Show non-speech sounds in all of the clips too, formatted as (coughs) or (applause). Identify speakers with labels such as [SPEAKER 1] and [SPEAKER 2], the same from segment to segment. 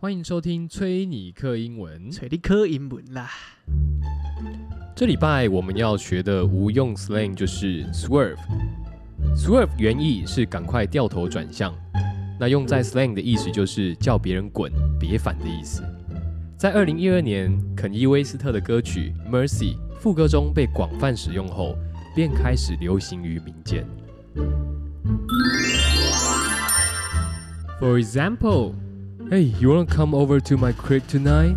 [SPEAKER 1] 欢迎收听崔尼克英文。
[SPEAKER 2] 找你考英文啦。
[SPEAKER 1] 这礼拜我们要学的无用 slang 就是 swerve。swerve 原意是赶快掉头转向，那用在 slang 的意思就是叫别人滚、别反的意思。在二零一二年，肯伊·威斯特的歌曲《Mercy》副歌中被广泛使用后，便开始流行于民间。For example, Hey, you wanna come over to my crib tonight?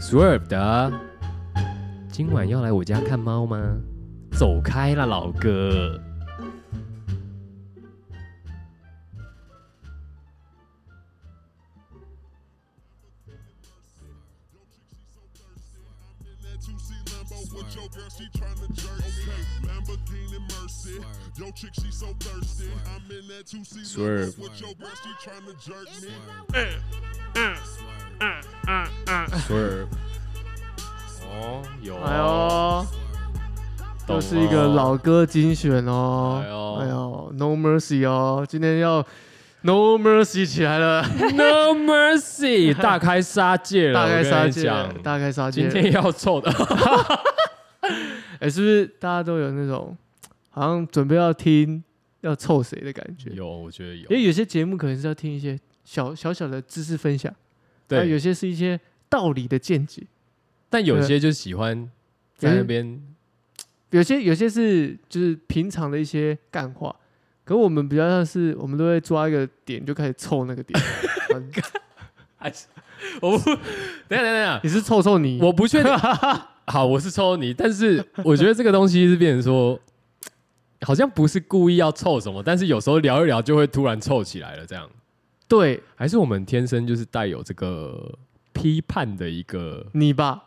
[SPEAKER 1] Swerve 的啊。今晚要来我家看猫吗？走开啦，老哥！
[SPEAKER 3] that 2C Lambo with your girl, she tryna jerk. Okay, Lamborghini Mercy. Yo, chick, she so thirsty. I'm in that 2C
[SPEAKER 1] Swerve.
[SPEAKER 3] Lambo with your girl, she tryna jerk me.
[SPEAKER 1] Swerve。哦，有
[SPEAKER 2] 哎呦，又是一个老歌精选哦。
[SPEAKER 1] 哎呦
[SPEAKER 2] 哎呦，No Mercy 哦，今天要 No Mercy 起来了，
[SPEAKER 1] No
[SPEAKER 2] (laughs)
[SPEAKER 1] Mercy，大开杀戒了，
[SPEAKER 2] 大开杀
[SPEAKER 1] 啊我跟你
[SPEAKER 2] 戒了，
[SPEAKER 1] 讲
[SPEAKER 2] 大开杀戒
[SPEAKER 1] 今
[SPEAKER 2] 了。
[SPEAKER 1] 天要臭
[SPEAKER 2] (laughs)
[SPEAKER 1] 的。
[SPEAKER 2] 哎，是不是大家都有那种好像准备要听要凑谁的感觉？
[SPEAKER 1] 有，我觉得有
[SPEAKER 2] 因。为有些节目可能是要听一些小小小的知识分享，那哎有
[SPEAKER 1] 对，
[SPEAKER 2] 些是一些道理的见解，
[SPEAKER 1] 但有些就喜欢在那边
[SPEAKER 2] 有些有些是就是平常的一些干话，可我们比较像是我们都会抓一个点就开始凑那个
[SPEAKER 1] (laughs)
[SPEAKER 2] 点，嗯
[SPEAKER 1] 还是 (laughs) 我不，等一下等一下等一下，
[SPEAKER 2] 你是凑凑你，
[SPEAKER 1] (laughs) 我不
[SPEAKER 2] (laughs)
[SPEAKER 1] 确定。好，我是抽你，但是我觉得这个东西是变成说，好像不是故意要凑什么，但是有时候聊一聊就会突然凑起来了，这样。
[SPEAKER 2] 对
[SPEAKER 1] 还是我们天生就是带有这个批判的一个，，
[SPEAKER 2] 你吧，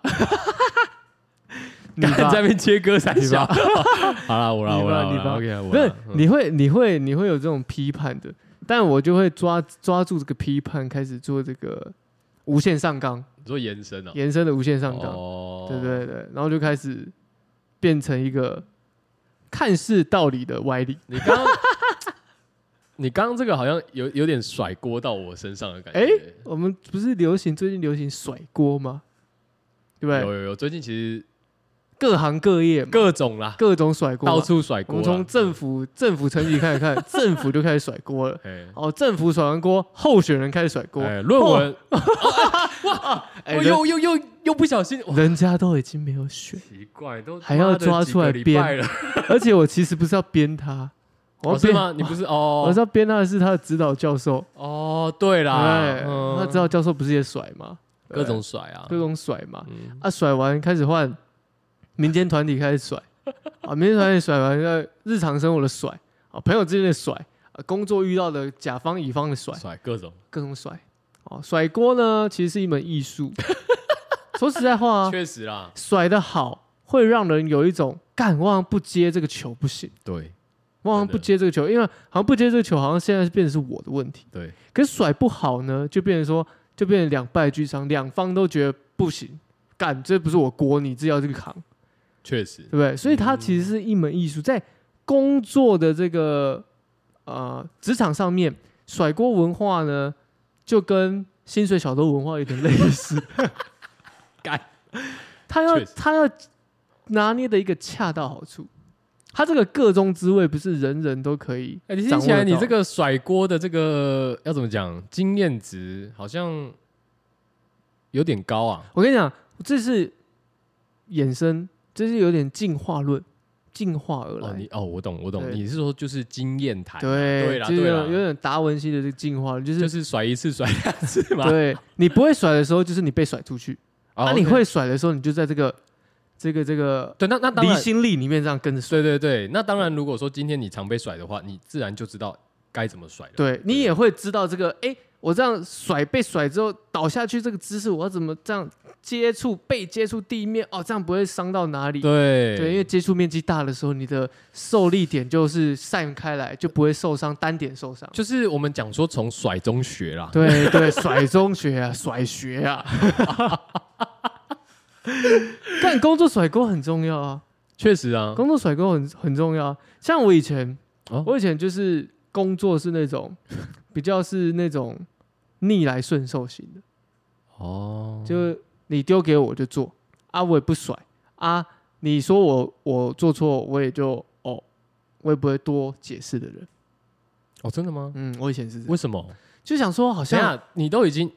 [SPEAKER 2] 你吧
[SPEAKER 1] (laughs) 在那边切割三下。 (laughs) 好啦，我啦，
[SPEAKER 2] 你吧
[SPEAKER 1] 我啦，
[SPEAKER 2] 你吧
[SPEAKER 1] 我啦，OK，我
[SPEAKER 2] 不是
[SPEAKER 1] 啦嗯
[SPEAKER 2] 你会你会你会有这种批判的，但我就会抓抓住这个批判开始做这个无限上纲
[SPEAKER 1] 你做延伸哦，
[SPEAKER 2] 延伸的无限上纲。
[SPEAKER 1] 哦
[SPEAKER 2] 对对对，然后就开始变成一个看似道理的歪理。
[SPEAKER 1] 你刚刚你刚刚这个好像有有点甩锅到我身上的感觉。
[SPEAKER 2] 哎，我们不是流行最近流行甩锅吗？对不
[SPEAKER 1] 有
[SPEAKER 2] 对？
[SPEAKER 1] 有有，最近其实
[SPEAKER 2] 各行各业嘛
[SPEAKER 1] 各种啦，
[SPEAKER 2] 各种甩锅嘛，啊
[SPEAKER 1] 到处甩
[SPEAKER 2] 我
[SPEAKER 1] 锅啦。啊
[SPEAKER 2] 们从政府政府层级开
[SPEAKER 1] (laughs)
[SPEAKER 2] 始看，政府就开始甩锅了。
[SPEAKER 1] 哎
[SPEAKER 2] 哦，政府甩完锅，候选人开始甩锅。
[SPEAKER 1] 哎论文
[SPEAKER 2] 哦哎，
[SPEAKER 1] 我
[SPEAKER 2] 人
[SPEAKER 1] 又又又又不小心，哇，
[SPEAKER 2] 人家都已经没有
[SPEAKER 1] (laughs)
[SPEAKER 2] 选，
[SPEAKER 1] 奇怪，都
[SPEAKER 2] 还要
[SPEAKER 1] 妈的
[SPEAKER 2] 抓
[SPEAKER 1] 几
[SPEAKER 2] 出
[SPEAKER 1] 个
[SPEAKER 2] 来
[SPEAKER 1] 礼
[SPEAKER 2] 编
[SPEAKER 1] 拜了，
[SPEAKER 2] 而且我其实不是要编他，我
[SPEAKER 1] 哦
[SPEAKER 2] 要
[SPEAKER 1] 是
[SPEAKER 2] 编
[SPEAKER 1] 吗？你不是哦
[SPEAKER 2] 我是要编他的是他的指导教授。
[SPEAKER 1] 哦，对啦
[SPEAKER 2] 哎，，
[SPEAKER 1] 嗯
[SPEAKER 2] 那指导教授不是也甩吗？
[SPEAKER 1] 各
[SPEAKER 2] 对
[SPEAKER 1] 种甩啊，
[SPEAKER 2] 各种甩嘛，
[SPEAKER 1] 嗯
[SPEAKER 2] 啊，甩完开始换民间团体开
[SPEAKER 1] (laughs)
[SPEAKER 2] 始甩，啊，民间团体甩完，呃，日常生活的甩，啊，朋友之间的甩，啊，工作遇到的甲方乙方的甩，
[SPEAKER 1] 甩各种，
[SPEAKER 2] 各种甩，哦、甩锅呢其实是一门
[SPEAKER 1] (laughs)
[SPEAKER 2] 艺术，说实在话、啊，
[SPEAKER 1] 确实啦，
[SPEAKER 2] 甩的好会让人有一种干，我好像不接这个球不行，
[SPEAKER 1] 对
[SPEAKER 2] 我好
[SPEAKER 1] 真
[SPEAKER 2] 像
[SPEAKER 1] 的
[SPEAKER 2] 不接这个球，因为好像不接这个球，好像现在是变成是我的问题，
[SPEAKER 1] 对，
[SPEAKER 2] 可是甩不好呢，就变成说，就变成两败俱伤，两方都觉得不行，干这不是我锅，你自己要去扛，
[SPEAKER 1] 确实
[SPEAKER 2] 对，不对？所以它
[SPEAKER 1] 嗯。
[SPEAKER 2] 其实是一门艺术，在工作的这个呃职场上面，甩锅文化呢，就跟薪水小偷文化有点类似
[SPEAKER 1] (laughs) 干，
[SPEAKER 2] 他要
[SPEAKER 1] 确实
[SPEAKER 2] 他要拿捏的一个恰到好处，他这个各中之味不是人人都可以。
[SPEAKER 1] 哎，你听
[SPEAKER 2] 掌
[SPEAKER 1] 起
[SPEAKER 2] 握
[SPEAKER 1] 来
[SPEAKER 2] 得
[SPEAKER 1] 你
[SPEAKER 2] 到
[SPEAKER 1] 这个甩锅的这个要怎么讲，经验值好像有点高啊，
[SPEAKER 2] 我跟你讲，这是衍生，这是有点进化论，进化而来。
[SPEAKER 1] 哦，你哦，我懂我懂，
[SPEAKER 2] 对
[SPEAKER 1] 你是说就是经验谈啊，对
[SPEAKER 2] 对，
[SPEAKER 1] 啦
[SPEAKER 2] 就是
[SPEAKER 1] 对
[SPEAKER 2] 有
[SPEAKER 1] 啦
[SPEAKER 2] 有点达文西的这个进化论，就是、
[SPEAKER 1] 就是甩一次甩两次嘛，
[SPEAKER 2] 对你不会甩的时候，就是你被甩出去；
[SPEAKER 1] 哦
[SPEAKER 2] 那、你
[SPEAKER 1] OK
[SPEAKER 2] 会甩的时候，你就在这个这个这个
[SPEAKER 1] 对，那那当
[SPEAKER 2] 离
[SPEAKER 1] 然
[SPEAKER 2] 心力里面这样跟着甩。
[SPEAKER 1] 对对对，那当然，
[SPEAKER 2] 嗯
[SPEAKER 1] 如果说今天你常被甩的话，你自然就知道该怎么甩了。
[SPEAKER 2] 对你也会知道这个，哎、我这样甩被甩之后倒下去这个姿势，我要怎么这样接触被接触地面？哦，这样不会伤到哪里？
[SPEAKER 1] 对
[SPEAKER 2] 对，因为接触面积大的时候，你的受力点就是散开来，就不会受伤，单点受伤。
[SPEAKER 1] 就是我们讲说从甩中学啦。
[SPEAKER 2] (laughs) 对对，甩中学 (laughs) 啊，甩学啊，干工作甩锅很重要啊，
[SPEAKER 1] 确实啊，
[SPEAKER 2] 工作甩锅很很重要啊。像我以前，
[SPEAKER 1] 哦
[SPEAKER 2] 我以前就是工作是那种比较是那种逆来顺受型的，
[SPEAKER 1] 哦，
[SPEAKER 2] 就是你丢给我就做啊，我也不甩啊。你说我我做错，我也就哦，我也不会多解释的人。
[SPEAKER 1] 哦，真的吗？
[SPEAKER 2] 嗯，我以前是这样，
[SPEAKER 1] 为什么？
[SPEAKER 2] 就想说好
[SPEAKER 1] 等一
[SPEAKER 2] 像
[SPEAKER 1] 下你都已经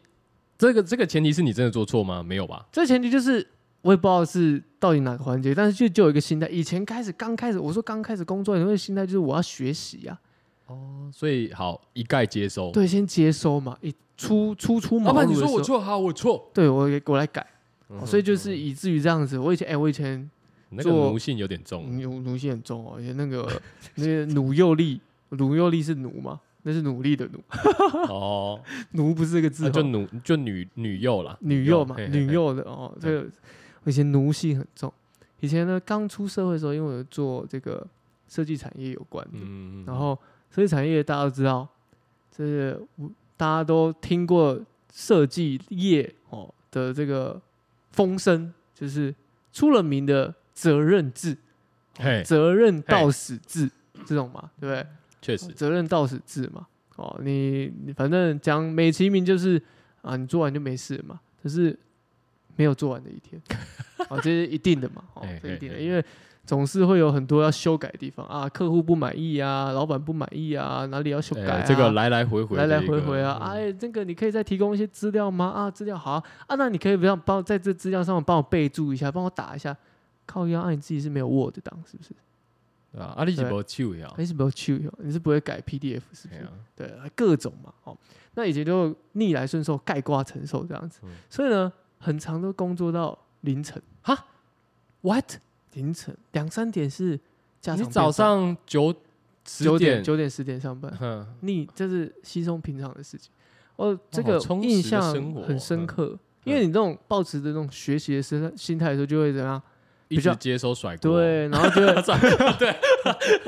[SPEAKER 1] 这个这个前提是你真的做错吗？没有吧？
[SPEAKER 2] 这前提就是我也不知道是到底哪个环节，但是就就有一个心态。以前开始刚开始，我说刚开始工作，有一个心态就是我要学习呀、
[SPEAKER 1] 哦，所以好一概接收。
[SPEAKER 2] 啊，，对，先接收嘛。一初初出
[SPEAKER 1] 老
[SPEAKER 2] 茅庐
[SPEAKER 1] 板
[SPEAKER 2] 的
[SPEAKER 1] 哦你
[SPEAKER 2] 时
[SPEAKER 1] 说
[SPEAKER 2] 候，
[SPEAKER 1] 我错，好我错，
[SPEAKER 2] 对我给我来改、哦
[SPEAKER 1] 嗯
[SPEAKER 2] 所以就是以至于这样子。我以前哎、我以前
[SPEAKER 1] 那个
[SPEAKER 2] 做
[SPEAKER 1] 奴性有点重。
[SPEAKER 2] 嗯奴奴性很重哦，而且那个那个努右力，努右力是奴嘛，那是努力的奴， (laughs)
[SPEAKER 1] 哦，
[SPEAKER 2] 奴不是个字
[SPEAKER 1] 那
[SPEAKER 2] 哦，
[SPEAKER 1] 啊就女就女女幼啦，
[SPEAKER 2] 女右嘛，
[SPEAKER 1] 嘿嘿嘿
[SPEAKER 2] 女右的哦，这个我以前奴性很重。以前呢，刚出社会的时候，因为我做这个设计产业有关的，
[SPEAKER 1] 嗯，
[SPEAKER 2] 然后设计产业大家都知道，这是大家都听过设计业哦的这个风声，就是出了名的责任制、
[SPEAKER 1] 嘿，
[SPEAKER 2] 责任到死制这种嘛，对不对？
[SPEAKER 1] 确实，
[SPEAKER 2] 责任到死制嘛。哦，你你反正讲美其名就是啊，你做完就没事了嘛。可是没有做完的
[SPEAKER 1] (laughs)
[SPEAKER 2] 一天，啊，这是一定的嘛，哦
[SPEAKER 1] 哎，
[SPEAKER 2] 这一定的，
[SPEAKER 1] 哎哎
[SPEAKER 2] 因为总是会有很多要修改的地方啊，客户不满意啊，老板不满意啊，哪里要修改
[SPEAKER 1] 呃
[SPEAKER 2] 啊，
[SPEAKER 1] 这个来来回回
[SPEAKER 2] 来
[SPEAKER 1] 的
[SPEAKER 2] 来
[SPEAKER 1] 一个
[SPEAKER 2] 回回啊，
[SPEAKER 1] 嗯
[SPEAKER 2] 哎，这个你可以再提供一些资料吗？啊，资料好啊，啊那你可以不要帮我在这资料上帮我备注一下，帮我打一下，靠腰，啊，你自己是没有 Word 档是不是？
[SPEAKER 1] 对啊，啊你是
[SPEAKER 2] 对
[SPEAKER 1] 无手呀，
[SPEAKER 2] 你是没有 Q，你是不会改 PDF 是不
[SPEAKER 1] 嘿
[SPEAKER 2] 是？
[SPEAKER 1] 啊
[SPEAKER 2] 对，各种嘛，哦，那以前就逆来顺受、盖瓜承受这样子，
[SPEAKER 1] 嗯
[SPEAKER 2] 所以呢，很长都工作到凌晨，
[SPEAKER 1] ，what？
[SPEAKER 2] 凌晨两三点是家
[SPEAKER 1] 你
[SPEAKER 2] 常便
[SPEAKER 1] 早
[SPEAKER 2] 饭
[SPEAKER 1] 上九
[SPEAKER 2] 九
[SPEAKER 1] 十嗯
[SPEAKER 2] 点九点十点上班，
[SPEAKER 1] 哼
[SPEAKER 2] 你这是稀松平常的事情。哦，这个
[SPEAKER 1] 好充实的
[SPEAKER 2] 印象
[SPEAKER 1] 生活
[SPEAKER 2] 很深
[SPEAKER 1] 嗯哦
[SPEAKER 2] 刻，因为你这种抱持着这种学习的心心态的时候，就会怎样？
[SPEAKER 1] 一
[SPEAKER 2] 比较
[SPEAKER 1] 直接收甩锅，
[SPEAKER 2] 对，然后就
[SPEAKER 1] (laughs)
[SPEAKER 2] 会对， (laughs)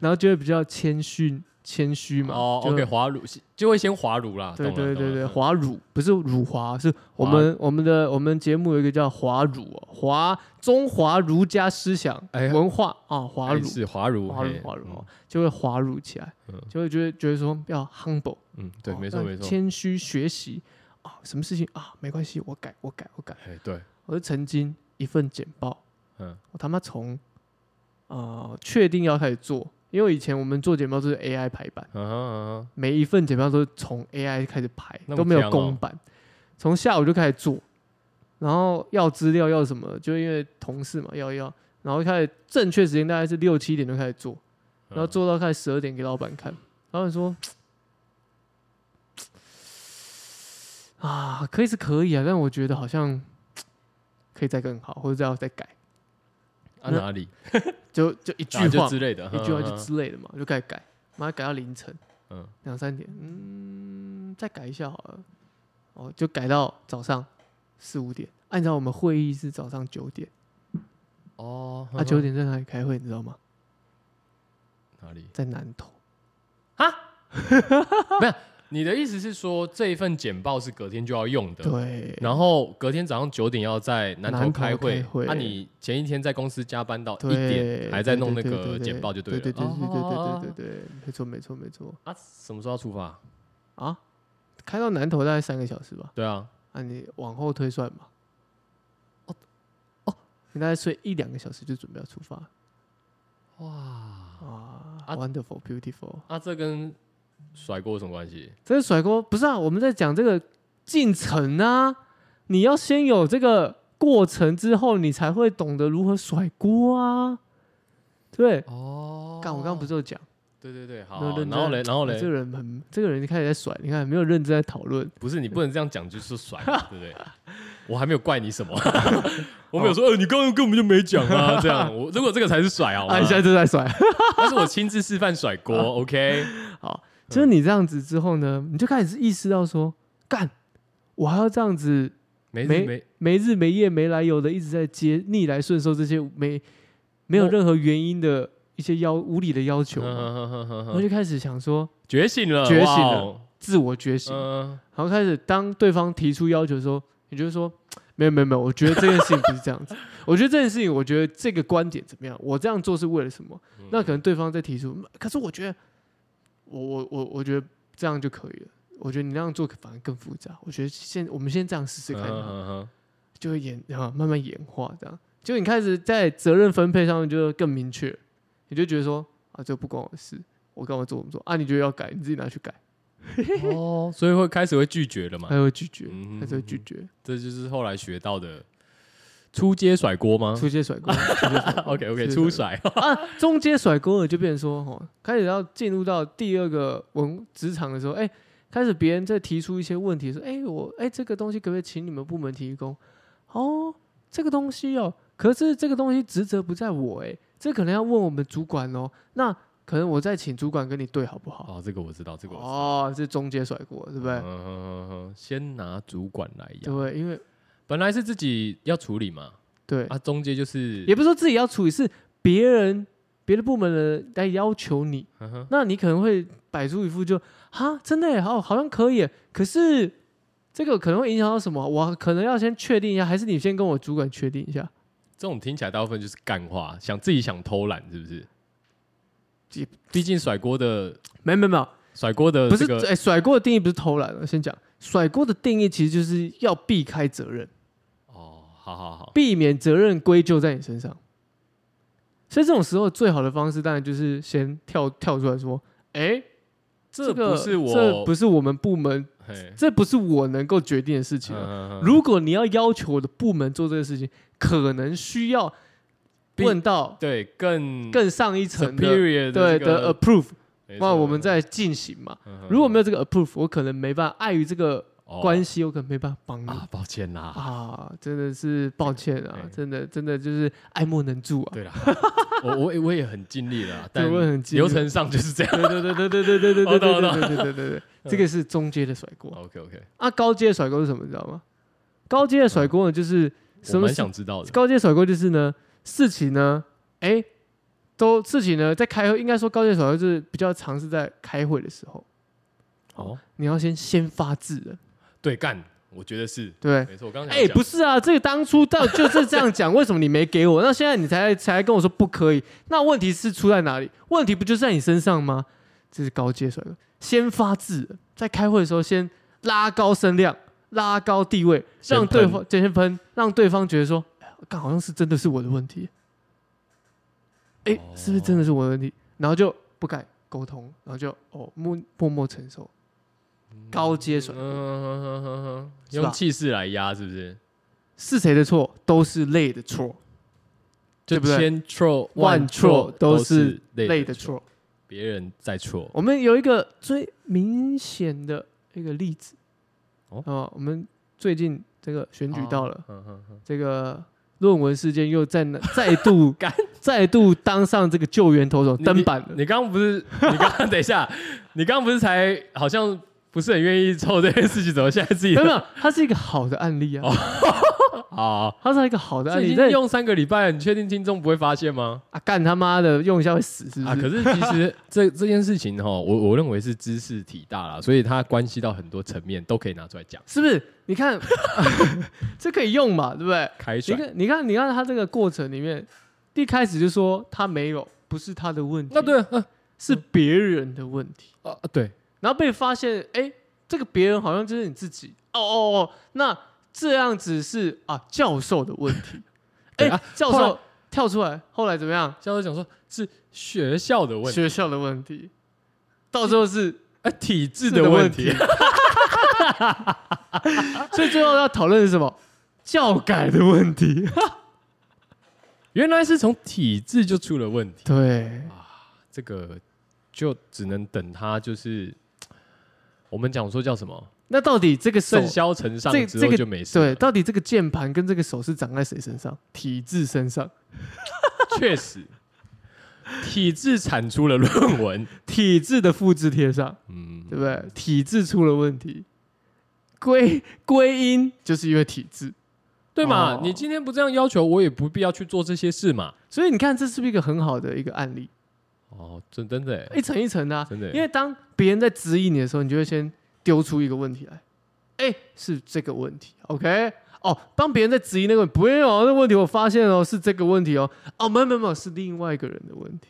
[SPEAKER 2] 然后就会比较谦逊谦虚嘛。
[SPEAKER 1] 哦
[SPEAKER 2] 就
[SPEAKER 1] ，OK，滑乳就会先滑乳啦，
[SPEAKER 2] 对
[SPEAKER 1] 懂了
[SPEAKER 2] 对
[SPEAKER 1] 懂
[SPEAKER 2] 对
[SPEAKER 1] 了
[SPEAKER 2] 对，
[SPEAKER 1] 嗯
[SPEAKER 2] 华乳不是辱华，是我
[SPEAKER 1] 华
[SPEAKER 2] 们我们的我们节目有一个叫华乳哦，华中华儒家思想、
[SPEAKER 1] 哎呀
[SPEAKER 2] 文化啊，华
[SPEAKER 1] 哎
[SPEAKER 2] 乳
[SPEAKER 1] 是滑乳，
[SPEAKER 2] 华乳
[SPEAKER 1] 嘿
[SPEAKER 2] 华乳、哦
[SPEAKER 1] 嗯，
[SPEAKER 2] 就会华乳起来，
[SPEAKER 1] 嗯
[SPEAKER 2] 就会觉得觉得说要 humble，
[SPEAKER 1] 嗯，对，
[SPEAKER 2] 哦
[SPEAKER 1] 没错
[SPEAKER 2] 要
[SPEAKER 1] 没错，
[SPEAKER 2] 谦虚学习啊，什么事情啊没关系，我改我改我改，
[SPEAKER 1] 哎对，
[SPEAKER 2] 我就曾经一份简报，
[SPEAKER 1] 嗯
[SPEAKER 2] 我他妈从呃确定要开始做，因为以前我们做简报都是 AI 排版。
[SPEAKER 1] 嗯哼嗯哼
[SPEAKER 2] 每一份简报都是从 AI 开始排，
[SPEAKER 1] 那么
[SPEAKER 2] 都没有
[SPEAKER 1] 强哦
[SPEAKER 2] 公版，从下午就开始做，然后要资料要什么，就因为同事嘛要要，然后开始正确时间大概是六七点就开始做，
[SPEAKER 1] 嗯
[SPEAKER 2] 然后做到开始十二点给老板看，老板说。啊，可以是可以啊，但我觉得好像可以再更好，或者要再改，
[SPEAKER 1] 啊哪里
[SPEAKER 2] 就就一句
[SPEAKER 1] 啊
[SPEAKER 2] 话
[SPEAKER 1] 就之类的，
[SPEAKER 2] 一句话就
[SPEAKER 1] 知
[SPEAKER 2] 之类的嘛，就开始改，妈改到凌晨，
[SPEAKER 1] 嗯
[SPEAKER 2] 两三点，嗯，再改一下好了，哦，就改到早上四五点。按照我们会议是早上九点，
[SPEAKER 1] 哦，
[SPEAKER 2] 啊，九点在哪里开会，你知道吗？
[SPEAKER 1] 哪里？
[SPEAKER 2] 在南投。
[SPEAKER 1] 你的意思是说这一份简报是隔天就要用的？
[SPEAKER 2] 对，
[SPEAKER 1] 然后隔天早上九点要在南
[SPEAKER 2] 南
[SPEAKER 1] 头
[SPEAKER 2] 投
[SPEAKER 1] 开会
[SPEAKER 2] 开，会
[SPEAKER 1] 那、你前一天在公司加班到一
[SPEAKER 2] 对，
[SPEAKER 1] 点，还在弄那
[SPEAKER 2] 对对对
[SPEAKER 1] 个
[SPEAKER 2] 对对
[SPEAKER 1] 简报就
[SPEAKER 2] 对
[SPEAKER 1] 了。
[SPEAKER 2] 对对对对
[SPEAKER 1] 哦
[SPEAKER 2] 对对对对，没错没错没错
[SPEAKER 1] 啊，什么时候要出发？
[SPEAKER 2] 啊！开到南投大概三个小时吧，
[SPEAKER 1] 对啊，
[SPEAKER 2] 啊，你往后推算嘛。哦哦，你大概睡一两个小时就准备要出发
[SPEAKER 1] 哇，
[SPEAKER 2] 啊
[SPEAKER 1] 啊
[SPEAKER 2] ！Wonderful, beautiful。
[SPEAKER 1] 啊，这跟甩锅有什么关系？
[SPEAKER 2] 这是甩锅，不是啊？我们在讲这个进程啊，你要先有这个过程之后，你才会懂得如何甩锅啊。对，
[SPEAKER 1] 哦
[SPEAKER 2] 干、我刚刚不
[SPEAKER 1] 是
[SPEAKER 2] 是有讲，
[SPEAKER 1] 对对对，好，
[SPEAKER 2] 没有认真
[SPEAKER 1] 然后嘞，然后
[SPEAKER 2] 你这
[SPEAKER 1] 嘞，
[SPEAKER 2] 个人很，这个人开始在甩，你看没有认真在讨论，
[SPEAKER 1] 不是你不能这样讲，就是甩，
[SPEAKER 2] (laughs)
[SPEAKER 1] 对不对？我还没有怪你什么，我没有
[SPEAKER 2] 哦
[SPEAKER 1] 说，呃，你刚刚根本就没讲啊，
[SPEAKER 2] (laughs)
[SPEAKER 1] 这样，我如果这个才是甩好吗
[SPEAKER 2] 啊，你？现在就在甩。
[SPEAKER 1] 但是我亲自示范甩
[SPEAKER 2] 啊
[SPEAKER 1] 锅，OK？
[SPEAKER 2] 好，就是你这样子之后呢，你就开始意识到说，干，我还要这样子
[SPEAKER 1] 没
[SPEAKER 2] 没
[SPEAKER 1] 没
[SPEAKER 2] 没日没夜、没来由的一直在接逆来顺受这些没没有
[SPEAKER 1] 我
[SPEAKER 2] 任何原因的一些要无理的要求吗，
[SPEAKER 1] 嗯
[SPEAKER 2] 我就开始想说。
[SPEAKER 1] 觉醒了，
[SPEAKER 2] 觉醒
[SPEAKER 1] 哇
[SPEAKER 2] 了
[SPEAKER 1] 哦，
[SPEAKER 2] 自我觉醒，
[SPEAKER 1] 嗯，
[SPEAKER 2] 然后开始当对方提出要求的时候，你就会说没有没有没有，我觉得这件事情不是这样子， (laughs) 我觉得这件事情，我觉得这个观点怎么样，我这样做是为了什么？
[SPEAKER 1] 嗯
[SPEAKER 2] 那可能对方在提出，可是我觉得我我我我觉得这样就可以了，我觉得你那样做反而更复杂。我觉得先我们先这样试试看好了，
[SPEAKER 1] 嗯
[SPEAKER 2] 就会演啊，慢慢演化这样。结果你开始在责任分配上面就更明确，你就觉得说啊，这不关我的事，我干嘛做我们做啊？你觉得要改，你自己拿去改，
[SPEAKER 1] 嗯哼哦，所以会开始会拒绝了嘛？
[SPEAKER 2] 他会拒绝，
[SPEAKER 1] 嗯
[SPEAKER 2] 他就会拒绝，
[SPEAKER 1] 这就是后来学到的出街甩锅吗
[SPEAKER 2] 出街甩
[SPEAKER 1] (laughs)
[SPEAKER 2] 锅出街甩锅
[SPEAKER 1] ？OK OK，
[SPEAKER 2] 出街
[SPEAKER 1] 出
[SPEAKER 2] 甩
[SPEAKER 1] 嗯甩，
[SPEAKER 2] 啊，中间甩锅了就变成说，哦，开始要进入到第二个文职场的时候，哎、开始别人在提出一些问题，说，哎、我，哎、这个东西可不可以请你们部门提供？哦，这个东西哦，可是这个东西职责不在我、哎，这可能要问我们主管哦。那可能我再请主管跟你对好不好？
[SPEAKER 1] 哦，这个我知道，这个我知道，
[SPEAKER 2] 哦，这中间甩锅，对不对？
[SPEAKER 1] 嗯哼哼哼先拿主管来
[SPEAKER 2] 对
[SPEAKER 1] 养，
[SPEAKER 2] 不对？因为
[SPEAKER 1] 本来是自己要处理嘛，
[SPEAKER 2] 对，
[SPEAKER 1] 啊，中间就是
[SPEAKER 2] 也不是说自己要处理，是别人别的部门的人来要求你，
[SPEAKER 1] 嗯哼
[SPEAKER 2] 那你可能会摆出一副就哈，真的耶，好，好像可以耶，可是这个可能会影响到什么？我可能要先确定一下，还是你先跟我主管确定一下？
[SPEAKER 1] 这种听起来大部分就是干话，想自己想偷懒是不是？毕竟甩锅的
[SPEAKER 2] 没没没有，
[SPEAKER 1] 甩锅的
[SPEAKER 2] 不是
[SPEAKER 1] 呃这，个
[SPEAKER 2] 哎、甩锅的定义不是偷懒了，先讲甩锅的定义其实就是要避开责任，
[SPEAKER 1] 哦，好好好，
[SPEAKER 2] 避免责任归咎在你身上。所以这种时候最好的方式当然就是先跳跳出来说，哎、
[SPEAKER 1] 这
[SPEAKER 2] 个
[SPEAKER 1] 不是我，
[SPEAKER 2] 这不是我们部门，
[SPEAKER 1] 嘿
[SPEAKER 2] 这不是我能够决定的事情啊、
[SPEAKER 1] 嗯
[SPEAKER 2] 如果你要要求我的部门做这个事情，可能需要
[SPEAKER 1] 并
[SPEAKER 2] 问到
[SPEAKER 1] 对更
[SPEAKER 2] 更上一层的
[SPEAKER 1] superior
[SPEAKER 2] 对
[SPEAKER 1] 这个
[SPEAKER 2] 的 approve，
[SPEAKER 1] 没错
[SPEAKER 2] 那我们再进行嘛。
[SPEAKER 1] 嗯哼
[SPEAKER 2] 如果没有这个 approve，我可能没办法，碍于这个
[SPEAKER 1] 哦
[SPEAKER 2] 关系，我可能没办法帮你
[SPEAKER 1] 啊，抱歉啦，
[SPEAKER 2] 啊，真的是抱歉啊
[SPEAKER 1] 哎，
[SPEAKER 2] 真的真的就是爱莫能助啊。
[SPEAKER 1] 对啦，我我也我也很尽力了啦，但
[SPEAKER 2] 对我也很尽力
[SPEAKER 1] 流程上就是这样。
[SPEAKER 2] 对对对对对对对对对对
[SPEAKER 1] 我懂我
[SPEAKER 2] 对
[SPEAKER 1] 懂
[SPEAKER 2] 对对对对对，这个是中阶的甩锅
[SPEAKER 1] OK OK，
[SPEAKER 2] 啊，高阶的甩锅是什么？你知道吗？高阶的甩锅呢，就是
[SPEAKER 1] 我
[SPEAKER 2] 什么
[SPEAKER 1] 蛮
[SPEAKER 2] 事
[SPEAKER 1] 想知道的。
[SPEAKER 2] 高阶甩锅就是呢，事情呢，哎、都事情呢，在开会，应该说高阶甩锅就是比较常是在开会的时候，
[SPEAKER 1] 哦，
[SPEAKER 2] 你要先先发制人，
[SPEAKER 1] 对，干，我觉得是，
[SPEAKER 2] 对不对。
[SPEAKER 1] 没错，我刚刚
[SPEAKER 2] 哎、不是啊，这个当初到就是这样讲，为什么你没给我？那现在你才才跟我说不可以，那问题是出在哪里？问题不就是在你身上吗？这是高阶甩锅，先发制人，在开会的时候先拉高声量，拉高地位，
[SPEAKER 1] 先
[SPEAKER 2] 让对
[SPEAKER 1] 喷
[SPEAKER 2] 方先喷，让对方觉得说，哎干好像是真的是我的问题，哎、是不是真的是我的问题？然后就不敢沟通，然后就哦默默默承受，高阶甩
[SPEAKER 1] 嗯
[SPEAKER 2] 锅。
[SPEAKER 1] 哼哼哼哼，
[SPEAKER 2] 是吧
[SPEAKER 1] 用气势来压，是不是？
[SPEAKER 2] 是谁的错？都是累的错，
[SPEAKER 1] 就
[SPEAKER 2] 对不对
[SPEAKER 1] 千错
[SPEAKER 2] 万错
[SPEAKER 1] 错
[SPEAKER 2] 都
[SPEAKER 1] 是
[SPEAKER 2] 是累的
[SPEAKER 1] 错，
[SPEAKER 2] 错。
[SPEAKER 1] 别人在错。
[SPEAKER 2] 我们有一个最明显的一个例子，
[SPEAKER 1] 哦
[SPEAKER 2] 哦、我们最近这个选举到了，
[SPEAKER 1] 嗯哼哼
[SPEAKER 2] 这个论文事件又再再度
[SPEAKER 1] (laughs) 干
[SPEAKER 2] 再度当上这个救援投手
[SPEAKER 1] 你
[SPEAKER 2] 登板了
[SPEAKER 1] (laughs) 你。你刚刚不是？你刚刚等一下，你刚刚不是才好像不是很愿意凑这件事情，怎么现在自己
[SPEAKER 2] 没有没有，它是一个好的案例啊，
[SPEAKER 1] 哦啊？
[SPEAKER 2] 它是一个好的案
[SPEAKER 1] 这
[SPEAKER 2] 例。
[SPEAKER 1] 已
[SPEAKER 2] 在
[SPEAKER 1] 经用三个礼拜，你确定听众不会发现吗？
[SPEAKER 2] 啊，干他妈的，用一下会死是不是？
[SPEAKER 1] 啊，可是其
[SPEAKER 2] (laughs)
[SPEAKER 1] 实这这件事情哈，我我认为是知识体大啦，所以它关系到很多层面，都可以拿出来讲。
[SPEAKER 2] 是不是？你看， (laughs) 这可以用嘛，对不对？
[SPEAKER 1] 开
[SPEAKER 2] 你
[SPEAKER 1] 甩，
[SPEAKER 2] 看，你看，你看他这个过程里面，一开始就说他没有，不是他的问题，
[SPEAKER 1] 那对啊
[SPEAKER 2] 是别人的问题。
[SPEAKER 1] 啊对，
[SPEAKER 2] 然后被发现，哎，这个别人好像就是你自己。哦哦哦，那这样子是啊，教授的问题。
[SPEAKER 1] (laughs) 对
[SPEAKER 2] 哎、
[SPEAKER 1] 啊
[SPEAKER 2] 教
[SPEAKER 1] 后
[SPEAKER 2] 授
[SPEAKER 1] 来
[SPEAKER 2] 跳出来，后来怎么样？
[SPEAKER 1] 教授讲说是学校的问题，
[SPEAKER 2] 学校的问题，到最后是
[SPEAKER 1] 啊体制
[SPEAKER 2] 是
[SPEAKER 1] 的问题，
[SPEAKER 2] 所以最后要讨论的是什么？教改的问
[SPEAKER 1] (laughs)
[SPEAKER 2] 题。
[SPEAKER 1] (laughs) 原来是从体制就出了问题，
[SPEAKER 2] 对，
[SPEAKER 1] 这个就只能等他就是我们讲说叫什么
[SPEAKER 2] 那到底这个手
[SPEAKER 1] 盛嚣尘上
[SPEAKER 2] 这
[SPEAKER 1] 之
[SPEAKER 2] 这
[SPEAKER 1] 后
[SPEAKER 2] 个
[SPEAKER 1] 就没事
[SPEAKER 2] 对，
[SPEAKER 1] 了，
[SPEAKER 2] 到底这个键盘跟这个手是长在谁身上？体制身上，
[SPEAKER 1] 确实体制产出了论文，
[SPEAKER 2] 体制的复制贴上，
[SPEAKER 1] 嗯，
[SPEAKER 2] 对不对？体制出了问题，归归因就是因为体制。
[SPEAKER 1] 对嘛？
[SPEAKER 2] 哦
[SPEAKER 1] 你今天不这样要求，我也不必要去做这些事嘛。
[SPEAKER 2] 所以你看，这是不是一个很好的一个案例？
[SPEAKER 1] 哦，真真的欸，
[SPEAKER 2] 一层一层的、啊，
[SPEAKER 1] 真的欸，
[SPEAKER 2] 因为当别人在质疑你的时候，你就会先丢出一个问题来，哎，是这个问题，OK？哦，当别人在质疑那个问题，不用哦，那问题我发现哦是这个问题哦，哦，没有没有没有，是另外一个人的问题，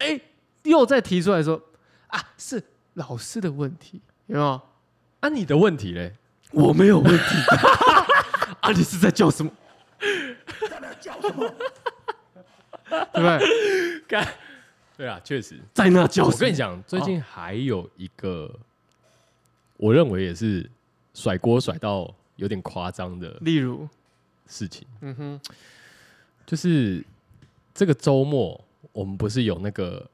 [SPEAKER 2] 哎，又再提出来说啊，是老师的问题，有没有？
[SPEAKER 1] 啊，你的问题嘞？
[SPEAKER 2] 我没有问题。啊，你是在叫什么？在那叫什么？对不对？
[SPEAKER 1] 干，对啊，确实。
[SPEAKER 2] 在那叫
[SPEAKER 1] 我
[SPEAKER 2] 什
[SPEAKER 1] 跟你
[SPEAKER 2] 么？
[SPEAKER 1] 讲，最近还有一个，我认为也是甩锅甩到有点夸张的
[SPEAKER 2] 例如，
[SPEAKER 1] 事情，
[SPEAKER 2] 嗯哼，
[SPEAKER 1] 就是这个周末我们不是有那个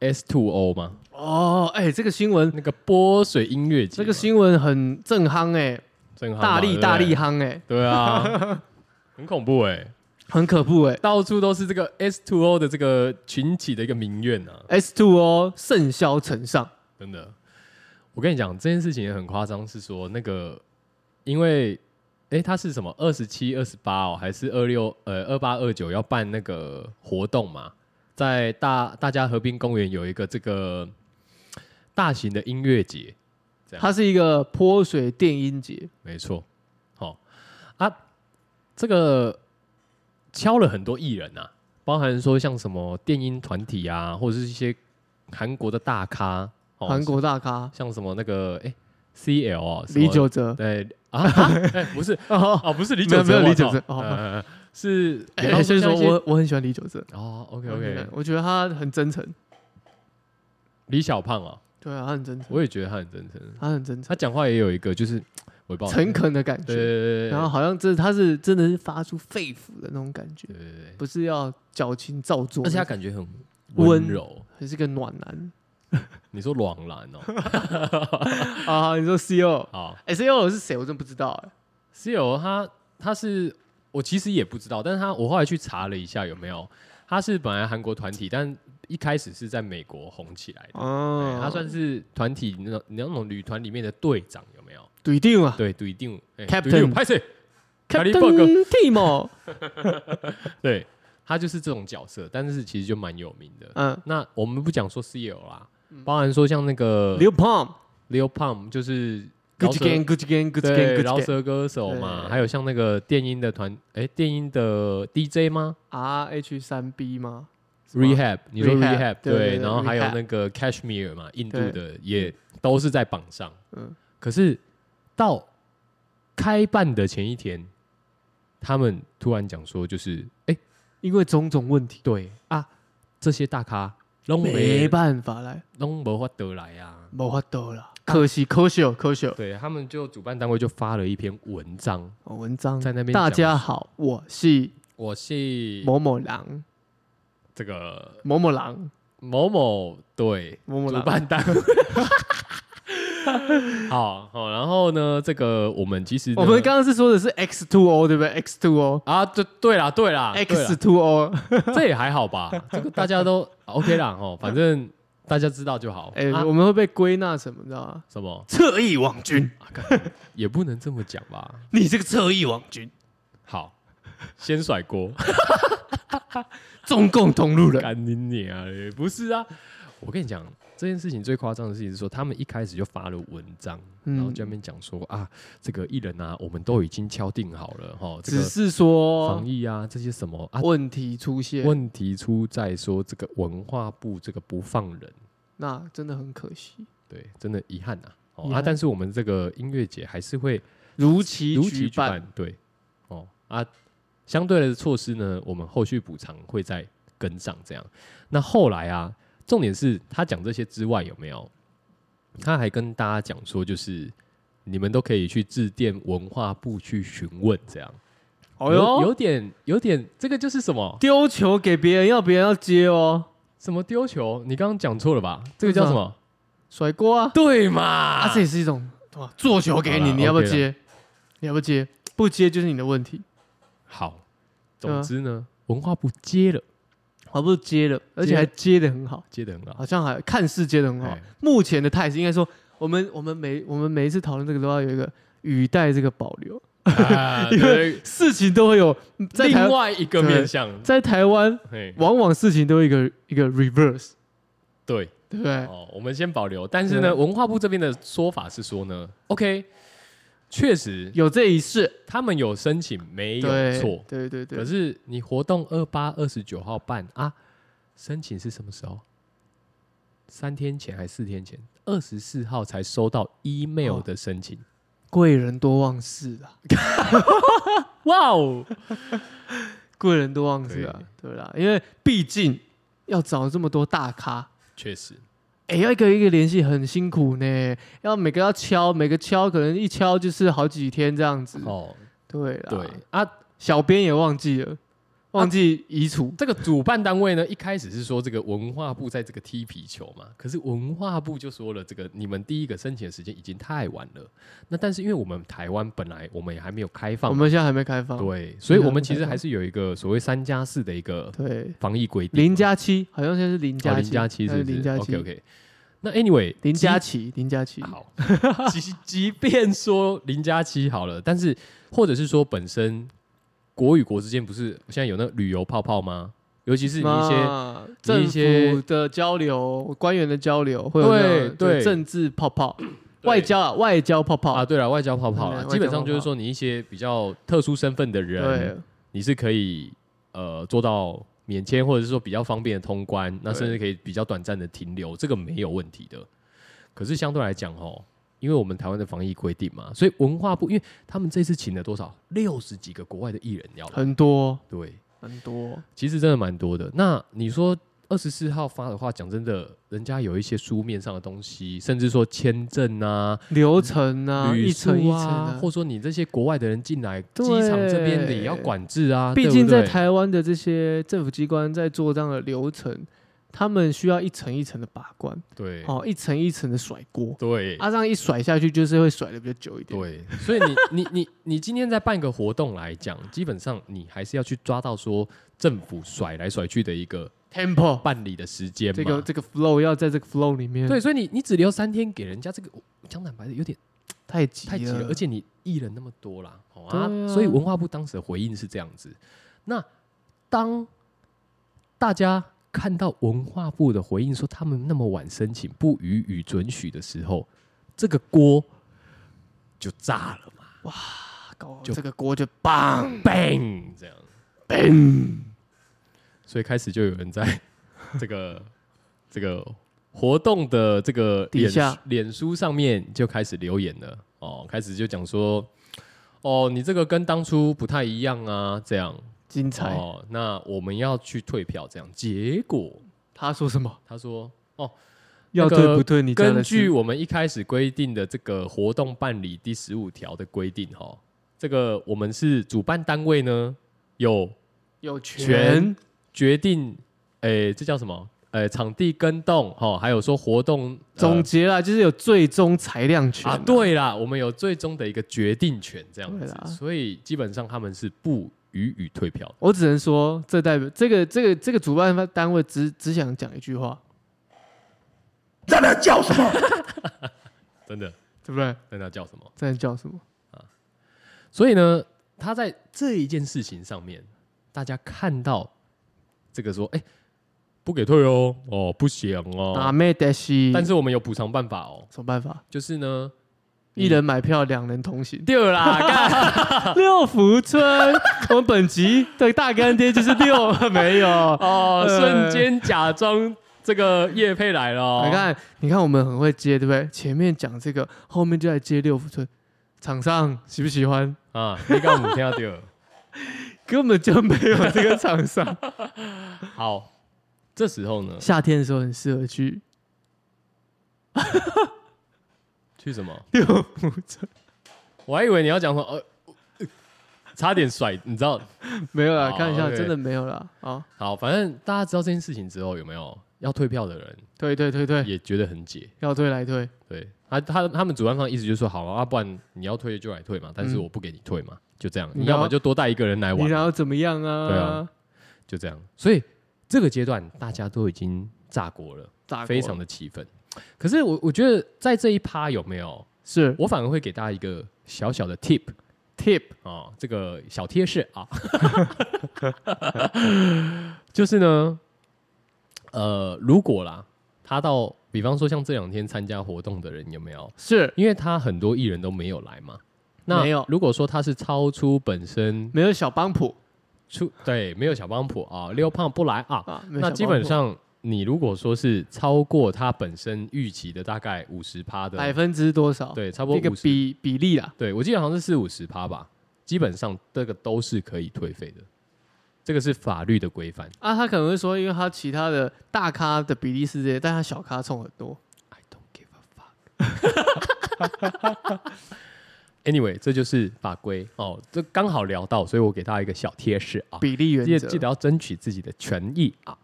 [SPEAKER 1] S Two O 吗？
[SPEAKER 2] 哦，哎、这个新闻，
[SPEAKER 1] 那个波水音乐节嘛，
[SPEAKER 2] 这个新闻很震夯哎、
[SPEAKER 1] 正好嘛
[SPEAKER 2] 大力大力，
[SPEAKER 1] 对不
[SPEAKER 2] 夯哎、
[SPEAKER 1] 对对啊，
[SPEAKER 2] (laughs)
[SPEAKER 1] 很恐怖哎、
[SPEAKER 2] 很可怖哎、
[SPEAKER 1] 到处都是这个 S Two O 的这个群体的一个民怨啊，
[SPEAKER 2] S two 哦，盛嚣尘上，
[SPEAKER 1] 真的。我跟你讲，这件事情也很夸张，是说那个，因为诶，他是什么二十七、二十八哦，还是二六呃二八、二九要办那个活动嘛，在大大家河滨公园有一个这个大型的音乐节，对啊
[SPEAKER 2] 它是一个泼水电音节，
[SPEAKER 1] 没错，好、啊，这个敲了很多艺人啊，包含说像什么电音团体啊，或者是一些韩国的大咖，哦
[SPEAKER 2] 韩、国大咖
[SPEAKER 1] 像什么那个哎、CL 哦，什么
[SPEAKER 2] 李玖哲，
[SPEAKER 1] 对
[SPEAKER 2] (laughs)
[SPEAKER 1] 啊， (laughs) 哎、不是
[SPEAKER 2] 哦，
[SPEAKER 1] 哦，不是李
[SPEAKER 2] 没
[SPEAKER 1] 玖
[SPEAKER 2] 有
[SPEAKER 1] 哲，
[SPEAKER 2] 没有
[SPEAKER 1] 我
[SPEAKER 2] 李玖
[SPEAKER 1] 操
[SPEAKER 2] 哲哦
[SPEAKER 1] 呃是
[SPEAKER 2] 哎、哎先说，
[SPEAKER 1] 我
[SPEAKER 2] 我我很喜欢李玖哲
[SPEAKER 1] 哦，OK OK，
[SPEAKER 2] 我觉得他很真诚，
[SPEAKER 1] 李小胖啊，
[SPEAKER 2] 对啊，他很真诚，
[SPEAKER 1] 我也觉得他很真诚，
[SPEAKER 2] 他很真诚
[SPEAKER 1] 他，讲话也有一个就是我也不知道
[SPEAKER 2] 诚，恳的感
[SPEAKER 1] 对对
[SPEAKER 2] 觉，
[SPEAKER 1] 对对，
[SPEAKER 2] 然后好像真的他是真的是发出肺腑的那种感觉，
[SPEAKER 1] 对对对，
[SPEAKER 2] 不是要矫情造作，
[SPEAKER 1] 而且他感觉很
[SPEAKER 2] 温
[SPEAKER 1] 温柔。
[SPEAKER 2] 还是个暖男
[SPEAKER 1] 你说朗兰哦，
[SPEAKER 2] 啊。你说
[SPEAKER 1] E
[SPEAKER 2] C O，
[SPEAKER 1] 好
[SPEAKER 2] 哎、c O 是谁？我真不知道哎、
[SPEAKER 1] 室友他他是我其实也不知道，但是他我后来去查了一下有没有，他是本来韩国团体，但一开始是在美国红起来的，
[SPEAKER 2] 哦
[SPEAKER 1] 对，他算是团体那种那种旅团里面的队长有没有？
[SPEAKER 2] 对定啊
[SPEAKER 1] 对，对定
[SPEAKER 2] Captain
[SPEAKER 1] 拍谁？哪里
[SPEAKER 2] ，Captain
[SPEAKER 1] 报告
[SPEAKER 2] Timo，
[SPEAKER 1] 对他就是这种角色，但是其实就蛮有名的。
[SPEAKER 2] (laughs) 嗯
[SPEAKER 1] 那我们不讲说室友啦，包含说像那个
[SPEAKER 2] ，Lil Pump。
[SPEAKER 1] Leo Pump 就是饶
[SPEAKER 2] Gucci
[SPEAKER 1] 舌
[SPEAKER 2] Gang, Gucci Gang, Gucci
[SPEAKER 1] 对，
[SPEAKER 2] Gang,
[SPEAKER 1] 饶
[SPEAKER 2] Gucci Gang
[SPEAKER 1] 舌歌手嘛，
[SPEAKER 2] 对
[SPEAKER 1] 还有像那个电音的团，哎，电音的 DJ 吗
[SPEAKER 2] R H 三 B 吗是吗
[SPEAKER 1] ？Rehab，你说
[SPEAKER 2] Rehab，
[SPEAKER 1] Rehab
[SPEAKER 2] 对对对
[SPEAKER 1] 然后还有
[SPEAKER 2] Rehab
[SPEAKER 1] 那个 Cashmere 嘛，印度
[SPEAKER 2] 对
[SPEAKER 1] 的也都是在榜上。
[SPEAKER 2] 嗯
[SPEAKER 1] 可是到开办的前一天，他们突然讲说，就是哎，
[SPEAKER 2] 因为种种问题，
[SPEAKER 1] 对啊，这些大咖拢
[SPEAKER 2] 没
[SPEAKER 1] 没
[SPEAKER 2] 办法来，
[SPEAKER 1] 拢没法得来啊。
[SPEAKER 2] 没法啊度了，可惜，可惜，哦可惜。
[SPEAKER 1] 对他们就主办单位就发了一篇文章，
[SPEAKER 2] 哦文章
[SPEAKER 1] 在那边
[SPEAKER 2] 大
[SPEAKER 1] 讲
[SPEAKER 2] 家好，我是
[SPEAKER 1] 我是
[SPEAKER 2] 某某狼，
[SPEAKER 1] 这个
[SPEAKER 2] 某某狼，
[SPEAKER 1] 某某对
[SPEAKER 2] 某某
[SPEAKER 1] 主
[SPEAKER 2] 狼。
[SPEAKER 1] 办单位。 (laughs) 好好，然后呢，这个我们其实呢
[SPEAKER 2] 我们刚刚是说的是 X two O 对不对？X two O
[SPEAKER 1] 啊，对对啦，对啦
[SPEAKER 2] X two O，
[SPEAKER 1] 对啦这也还好吧，这个大家都 OK 啦哦，反正大家知道就好。
[SPEAKER 2] 哎，
[SPEAKER 1] 啊
[SPEAKER 2] 我们会被归纳什么？你知道吗？
[SPEAKER 1] 什么
[SPEAKER 2] 侧翼网军，
[SPEAKER 1] 也不能这么讲吧。
[SPEAKER 2] 你这个侧翼网军，
[SPEAKER 1] 好，先甩锅， (laughs)
[SPEAKER 2] 中共同路人。
[SPEAKER 1] 干你娘嘞！不是啊，我跟你讲，这件事情最夸张的事情是说，他们一开始就发了文章，
[SPEAKER 2] 嗯
[SPEAKER 1] 然后专门讲说啊，这个艺人啊，我们都已经敲定好了哈，这
[SPEAKER 2] 只
[SPEAKER 1] 个
[SPEAKER 2] 是说
[SPEAKER 1] 防疫啊这些什么啊，
[SPEAKER 2] 问题出现，
[SPEAKER 1] 问题出在说这个文化部这个不放人，
[SPEAKER 2] 那真的很可惜。
[SPEAKER 1] 对，真的遗憾啊。哦
[SPEAKER 2] 遗
[SPEAKER 1] 啊，
[SPEAKER 2] 憾
[SPEAKER 1] 但是我们这个音乐节还是会
[SPEAKER 2] 如期
[SPEAKER 1] 如期
[SPEAKER 2] 举
[SPEAKER 1] 举
[SPEAKER 2] 办，
[SPEAKER 1] 办，对，哦啊，相对的措施呢，我们后续补偿会再跟上这样。那后来啊，重点是他讲这些之外，有没有？他还跟大家讲说，就是你们都可以去致电文化部去询问，这样。
[SPEAKER 2] 哦
[SPEAKER 1] 有
[SPEAKER 2] 哟，
[SPEAKER 1] 有点有点，这个就是什么
[SPEAKER 2] 丢球给别人，要别人要接哦，
[SPEAKER 1] 什么丢球？你刚刚讲错了吧？这个叫
[SPEAKER 2] 是
[SPEAKER 1] 什
[SPEAKER 2] 啊
[SPEAKER 1] 么？
[SPEAKER 2] 甩锅啊！
[SPEAKER 1] 对嘛？
[SPEAKER 2] 啊，这也是一种哇做球给
[SPEAKER 1] 好
[SPEAKER 2] 你，
[SPEAKER 1] 啦
[SPEAKER 2] 你要不
[SPEAKER 1] OK
[SPEAKER 2] 要
[SPEAKER 1] 啦
[SPEAKER 2] 接？你要不要接？不接就是你的问题，
[SPEAKER 1] 好，
[SPEAKER 2] 对啊
[SPEAKER 1] 总之呢，文化部接了，
[SPEAKER 2] 我不是接了，而且还接的很好，
[SPEAKER 1] 接的很好
[SPEAKER 2] 好。像还看似接的很好
[SPEAKER 1] 哎。
[SPEAKER 2] 目前的态势应该说，我们我们每我们每一次讨论这个都要有一个语带这个保留，
[SPEAKER 1] (laughs) 啊
[SPEAKER 2] 因为
[SPEAKER 1] 对
[SPEAKER 2] 事情都会有在
[SPEAKER 1] 另
[SPEAKER 2] 台
[SPEAKER 1] 外一个面向，
[SPEAKER 2] 在台湾，
[SPEAKER 1] 嘿
[SPEAKER 2] 往往事情都有一个一个 reverse，
[SPEAKER 1] 对
[SPEAKER 2] 对不对？
[SPEAKER 1] 哦，我们先保留。但是呢，
[SPEAKER 2] 对
[SPEAKER 1] 文化部这边的说法是说呢，OK，确实
[SPEAKER 2] 有这一世，
[SPEAKER 1] 他们有申请没有
[SPEAKER 2] 对，
[SPEAKER 1] 错，
[SPEAKER 2] 对对对
[SPEAKER 1] 可。是你活动二八二十九号办啊，申请是什么时候？三天前还是四天前？二十四号才收到
[SPEAKER 2] 哦
[SPEAKER 1] email 的申请。
[SPEAKER 2] 贵人多忘事啊，
[SPEAKER 1] (laughs) 哇哦，
[SPEAKER 2] 贵人多忘事啊，对啦，因为毕竟要找这么多大咖，
[SPEAKER 1] 确实，
[SPEAKER 2] 哎、要一个一个联系很辛苦呢，要每个要敲，每个敲可能一敲就是好几天这样子。
[SPEAKER 1] 哦，
[SPEAKER 2] 对啦，
[SPEAKER 1] 对啊，
[SPEAKER 2] 小编也忘记了，忘记移除。
[SPEAKER 1] 这个主办单位呢，一开始是说这个文化部在这个踢皮球嘛，可是文化部就说了，这个你们第一个申请的时间已经太晚了。那但是因为我们台湾本来我们也还没有开放
[SPEAKER 2] 我
[SPEAKER 1] 嘛，
[SPEAKER 2] 们现在还没开放。
[SPEAKER 1] 啊对，所以我们其实还是有一个所谓三加四的一个哦
[SPEAKER 2] 对，
[SPEAKER 1] 防疫规定嘛，
[SPEAKER 2] 零加七好像现在是零
[SPEAKER 1] 哦
[SPEAKER 2] 加
[SPEAKER 1] 零加七是
[SPEAKER 2] 还
[SPEAKER 1] 不
[SPEAKER 2] 是
[SPEAKER 1] 是
[SPEAKER 2] 零加
[SPEAKER 1] OK
[SPEAKER 2] 七，
[SPEAKER 1] OK。那 anyway，
[SPEAKER 2] 零加
[SPEAKER 1] 即 (laughs)
[SPEAKER 2] 七，零加七。
[SPEAKER 1] 好，即即便说零加七好了，但是或者是说本身国与国之间不是现在有那个旅游泡泡吗？尤其是你一些
[SPEAKER 2] 那
[SPEAKER 1] 你一些
[SPEAKER 2] 政府的交流、官员的交流，会有
[SPEAKER 1] 对
[SPEAKER 2] 那种
[SPEAKER 1] 对
[SPEAKER 2] 政治泡泡、
[SPEAKER 1] 对
[SPEAKER 2] 外交啊，外交泡泡
[SPEAKER 1] 啊，，对了，外交泡泡
[SPEAKER 2] 对
[SPEAKER 1] 啦，
[SPEAKER 2] 嗯外
[SPEAKER 1] 基本
[SPEAKER 2] 交
[SPEAKER 1] 上
[SPEAKER 2] 泡
[SPEAKER 1] 就是
[SPEAKER 2] 泡
[SPEAKER 1] 说你一些比较特殊身份的
[SPEAKER 2] 对
[SPEAKER 1] 人，，你是可以呃做到免签，或者是说比较方便的通关，那
[SPEAKER 2] 对
[SPEAKER 1] 甚至可以比较短暂的停留，这个没有问题的。可是相对来讲哦，因为我们台湾的防疫规定嘛，所以文化部因为他们这次请了多少六十几个国外的艺人要来，
[SPEAKER 2] 很多
[SPEAKER 1] 对，
[SPEAKER 2] 很多，
[SPEAKER 1] 其实真的蛮多的。那你说二十四号发的话，讲真的，人家有一些书面上的东西，甚至说签证啊，
[SPEAKER 2] 流程啊，
[SPEAKER 1] 旅
[SPEAKER 2] 一
[SPEAKER 1] 宿
[SPEAKER 2] 层一层
[SPEAKER 1] 啊，
[SPEAKER 2] 啊
[SPEAKER 1] 或。者说你这些国外的人进来，机
[SPEAKER 2] 对
[SPEAKER 1] 场这边的也要管制啊。
[SPEAKER 2] 毕
[SPEAKER 1] 对不
[SPEAKER 2] 竟在
[SPEAKER 1] 对
[SPEAKER 2] 台湾的这些政府机关在做这样的流程，他们需要一层一层的把关，
[SPEAKER 1] 对
[SPEAKER 2] 哦，一层一层的甩锅，
[SPEAKER 1] 对
[SPEAKER 2] 啊，这样一甩下去就是会甩的比较久一点。
[SPEAKER 1] 对，所以你你你你今天在办个活动来讲，基本上你还是要去抓到说政府甩来甩去的一个
[SPEAKER 2] Tempo
[SPEAKER 1] 办理的时间
[SPEAKER 2] 这个
[SPEAKER 1] 嘛。
[SPEAKER 2] 这个 flow 要在这个 flow 里面，
[SPEAKER 1] 对，，所以你你只留三天给人家，这个讲坦白的有点
[SPEAKER 2] 太急啊
[SPEAKER 1] 太急了，而且你艺人那么多啦，好啊，
[SPEAKER 2] 对啊
[SPEAKER 1] 所以文化部当时的回应是这样子。那当大家看到文化部的回应说他们那么晚申请不予予准许的时候，这个锅就炸了嘛
[SPEAKER 2] 搞
[SPEAKER 1] 就
[SPEAKER 2] 这个锅就棒，
[SPEAKER 1] ，bang 这样 bang，所以开始就有人在 (laughs) 这个这个活动的这个
[SPEAKER 2] 底
[SPEAKER 1] 脸书
[SPEAKER 2] 下
[SPEAKER 1] 脸书上面就开始留言了哦，开始就讲说。哦，你这个跟当初不太一样啊，这样
[SPEAKER 2] 精彩。
[SPEAKER 1] 哦，那我们要去退票，这样。结果
[SPEAKER 2] 他说什么？
[SPEAKER 1] 他说，那
[SPEAKER 2] 要
[SPEAKER 1] 个
[SPEAKER 2] 退不退？你家的
[SPEAKER 1] 根
[SPEAKER 2] 事
[SPEAKER 1] 据我们一开始规定的这个活动办理第十五条的规定，哈，这个我们是主办单位呢有
[SPEAKER 2] 有权
[SPEAKER 1] 权决定，诶、这叫什么？诶、场地跟动，哈，还有说活动呃
[SPEAKER 2] 总结啦，就是有最终裁量权
[SPEAKER 1] 啊，对啦，我们有最终的一个决定权，这样
[SPEAKER 2] 对
[SPEAKER 1] 子
[SPEAKER 2] 啦，
[SPEAKER 1] 所以基本上他们是不予予退票的。
[SPEAKER 2] 我只能说，这代表这个这个这个主办单位只只想讲一句话，
[SPEAKER 3] 在那叫什么？
[SPEAKER 1] 真的，
[SPEAKER 2] 对不对？
[SPEAKER 1] 那那叫什么？
[SPEAKER 2] 这叫什么？
[SPEAKER 1] 所以呢，他在这一件事情上面，大家看到这个说，哎、不给退哦，哦，不行
[SPEAKER 2] 哪
[SPEAKER 1] 哦，
[SPEAKER 2] 妹得西？
[SPEAKER 1] 但是我们有补偿办法哦，
[SPEAKER 2] 什么办法？
[SPEAKER 1] 就是呢，嗯
[SPEAKER 2] 一人买票，两人同行。 (laughs)
[SPEAKER 1] 丢啦，干
[SPEAKER 2] 六福村， (laughs) 我们本集的大干爹就是六， (laughs) 没有。 (laughs)
[SPEAKER 1] 哦，
[SPEAKER 2] 呃
[SPEAKER 1] 瞬间假装这个叶配来了、哦，
[SPEAKER 2] 你，哎看，你看，我们很会接，对不对？前面讲这个，后面就来接六福村，厂商喜不喜欢？
[SPEAKER 1] 啊，你刚我们听到 (laughs) 丢，
[SPEAKER 2] 根本就没有这个厂
[SPEAKER 1] (laughs)
[SPEAKER 2] 商。
[SPEAKER 1] 好，这时候呢，
[SPEAKER 2] 夏天的时候很适合去
[SPEAKER 1] 去什么？
[SPEAKER 2] 六福村，
[SPEAKER 1] 我还以为你要讲说，呃，差点甩，你知道，
[SPEAKER 2] 没有啦，
[SPEAKER 1] 好
[SPEAKER 2] 看一下，
[SPEAKER 1] 哦，OK
[SPEAKER 2] 真的没有啦。啊，
[SPEAKER 1] 好，反正大家知道这件事情之后，有没有要退票的人
[SPEAKER 2] 对对对对，
[SPEAKER 1] 也觉得很解。
[SPEAKER 2] 要退来退，
[SPEAKER 1] 对他，他他们主办方意思就是说，好啊，不然你要退就来退嘛，但是
[SPEAKER 2] 嗯
[SPEAKER 1] 我不给你退嘛，就这样，
[SPEAKER 2] 你
[SPEAKER 1] 你要
[SPEAKER 2] 要
[SPEAKER 1] 么就多带一个人来
[SPEAKER 2] 你然
[SPEAKER 1] 玩，
[SPEAKER 2] 后怎么样啊？
[SPEAKER 1] 对啊，就这样。所以这个阶段大家都已经炸锅了，
[SPEAKER 2] 炸锅
[SPEAKER 1] 非常的气愤。可是我我觉得在这一趴有没有，
[SPEAKER 2] 是
[SPEAKER 1] 我反而会给大家一个小小的 tip
[SPEAKER 2] tip
[SPEAKER 1] 哦，这个小贴士啊， (laughs) 就是呢，呃，如果啦，他到比方说像这两天参加活动的人有没有？
[SPEAKER 2] 是
[SPEAKER 1] 因为他很多艺人都没有来嘛。那
[SPEAKER 2] 没有
[SPEAKER 1] 如果说他是超出本身
[SPEAKER 2] 没有小帮谱
[SPEAKER 1] 出对没有小帮谱啊，六胖不来啊，
[SPEAKER 2] 啊，没有
[SPEAKER 1] 那
[SPEAKER 2] 小
[SPEAKER 1] 基
[SPEAKER 2] 帮
[SPEAKER 1] 本
[SPEAKER 2] 谱
[SPEAKER 1] 上你如果说是超过它本身预期的大概五十趴的，
[SPEAKER 2] 百分之多少？，
[SPEAKER 1] 对，差不
[SPEAKER 2] 一
[SPEAKER 1] 多
[SPEAKER 2] 个
[SPEAKER 1] 五十，
[SPEAKER 2] 比比例啦，
[SPEAKER 1] 对我记得好像是四五十趴吧，基本上这个都是可以退费的，这个是法律的规范。
[SPEAKER 2] 啊，他可能会说，因为他其他的大咖的比例是这些，但他小咖冲很多。
[SPEAKER 1] I don't give a fuck 。Anyway，这就是法规哦，这刚好聊到，所以我给大家一个小贴士啊，
[SPEAKER 2] 比例原
[SPEAKER 1] 记得
[SPEAKER 2] 则，
[SPEAKER 1] 记得要争取自己的权益啊，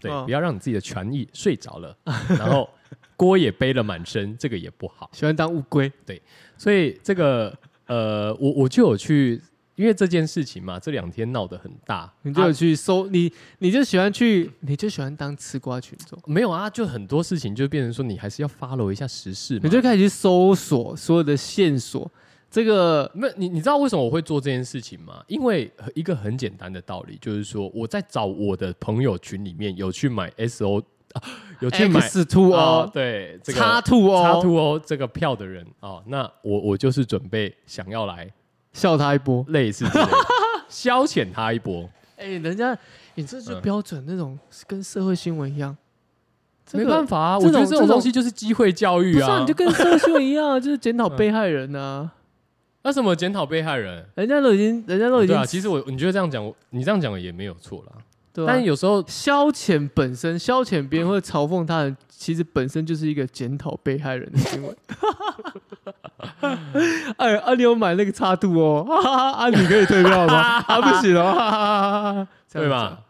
[SPEAKER 1] 对，
[SPEAKER 2] 嗯
[SPEAKER 1] 不要让你自己的权益睡着
[SPEAKER 2] (laughs)
[SPEAKER 1] 了，然后锅也背了满身，这个也不好。
[SPEAKER 2] 喜欢当乌龟，
[SPEAKER 1] 所以这个呃，我我就有去，因为这件事情嘛，这两天闹得很大，
[SPEAKER 2] 你就有
[SPEAKER 1] 啊
[SPEAKER 2] 去搜、你，你就喜欢去，你就喜欢当吃瓜群众，
[SPEAKER 1] 没有啊，就很多事情就变成说，你还是要 follow 一下时事嘛
[SPEAKER 2] 你。就开始去搜索所有的线索。这个
[SPEAKER 1] 没有，你你知道为什么我会做这件事情吗？因为呃一个很简单的道理，就是说我在找我的朋友群里面有去买 S O，、啊、有去买
[SPEAKER 2] X two
[SPEAKER 1] 哦
[SPEAKER 2] O
[SPEAKER 1] 对，这个
[SPEAKER 2] 叉 two 哦
[SPEAKER 1] 叉
[SPEAKER 2] O，
[SPEAKER 1] two O 这个票的人哦，那我我就是准备想要来
[SPEAKER 2] 笑他一波。
[SPEAKER 1] 类似
[SPEAKER 2] (laughs)
[SPEAKER 1] 之类的消遣他一波。
[SPEAKER 2] 哎、人家你这就
[SPEAKER 1] 嗯
[SPEAKER 2] 标准那种跟社会新闻一样，这
[SPEAKER 1] 没
[SPEAKER 2] 个
[SPEAKER 1] 办法啊，我
[SPEAKER 2] 这
[SPEAKER 1] 觉得
[SPEAKER 2] 种
[SPEAKER 1] 这种东西就是机会教育
[SPEAKER 2] 不是、啊、
[SPEAKER 1] 啊。
[SPEAKER 2] 你就跟社会新闻一样啊，就是检讨
[SPEAKER 1] 嗯
[SPEAKER 2] 被害人啊，
[SPEAKER 1] 那什么检讨被害人？
[SPEAKER 2] 人家都已经，人家都已
[SPEAKER 1] 对
[SPEAKER 2] 经，
[SPEAKER 1] 啊，其实我你觉得这样讲，我你这样讲也没有错啦。
[SPEAKER 2] 对啊
[SPEAKER 1] 但有时候
[SPEAKER 2] 消遣本身，消遣别人或者嘲讽他人，其实本身就是一个检讨被害人的行为。 (laughs) 哎，啊，你有买那个插度哦， (laughs) 哈哈哈啊，你可以退
[SPEAKER 1] (laughs)
[SPEAKER 2] 票吗？啊，不行哦，哈哈哈哈哈哈
[SPEAKER 1] 对？吧？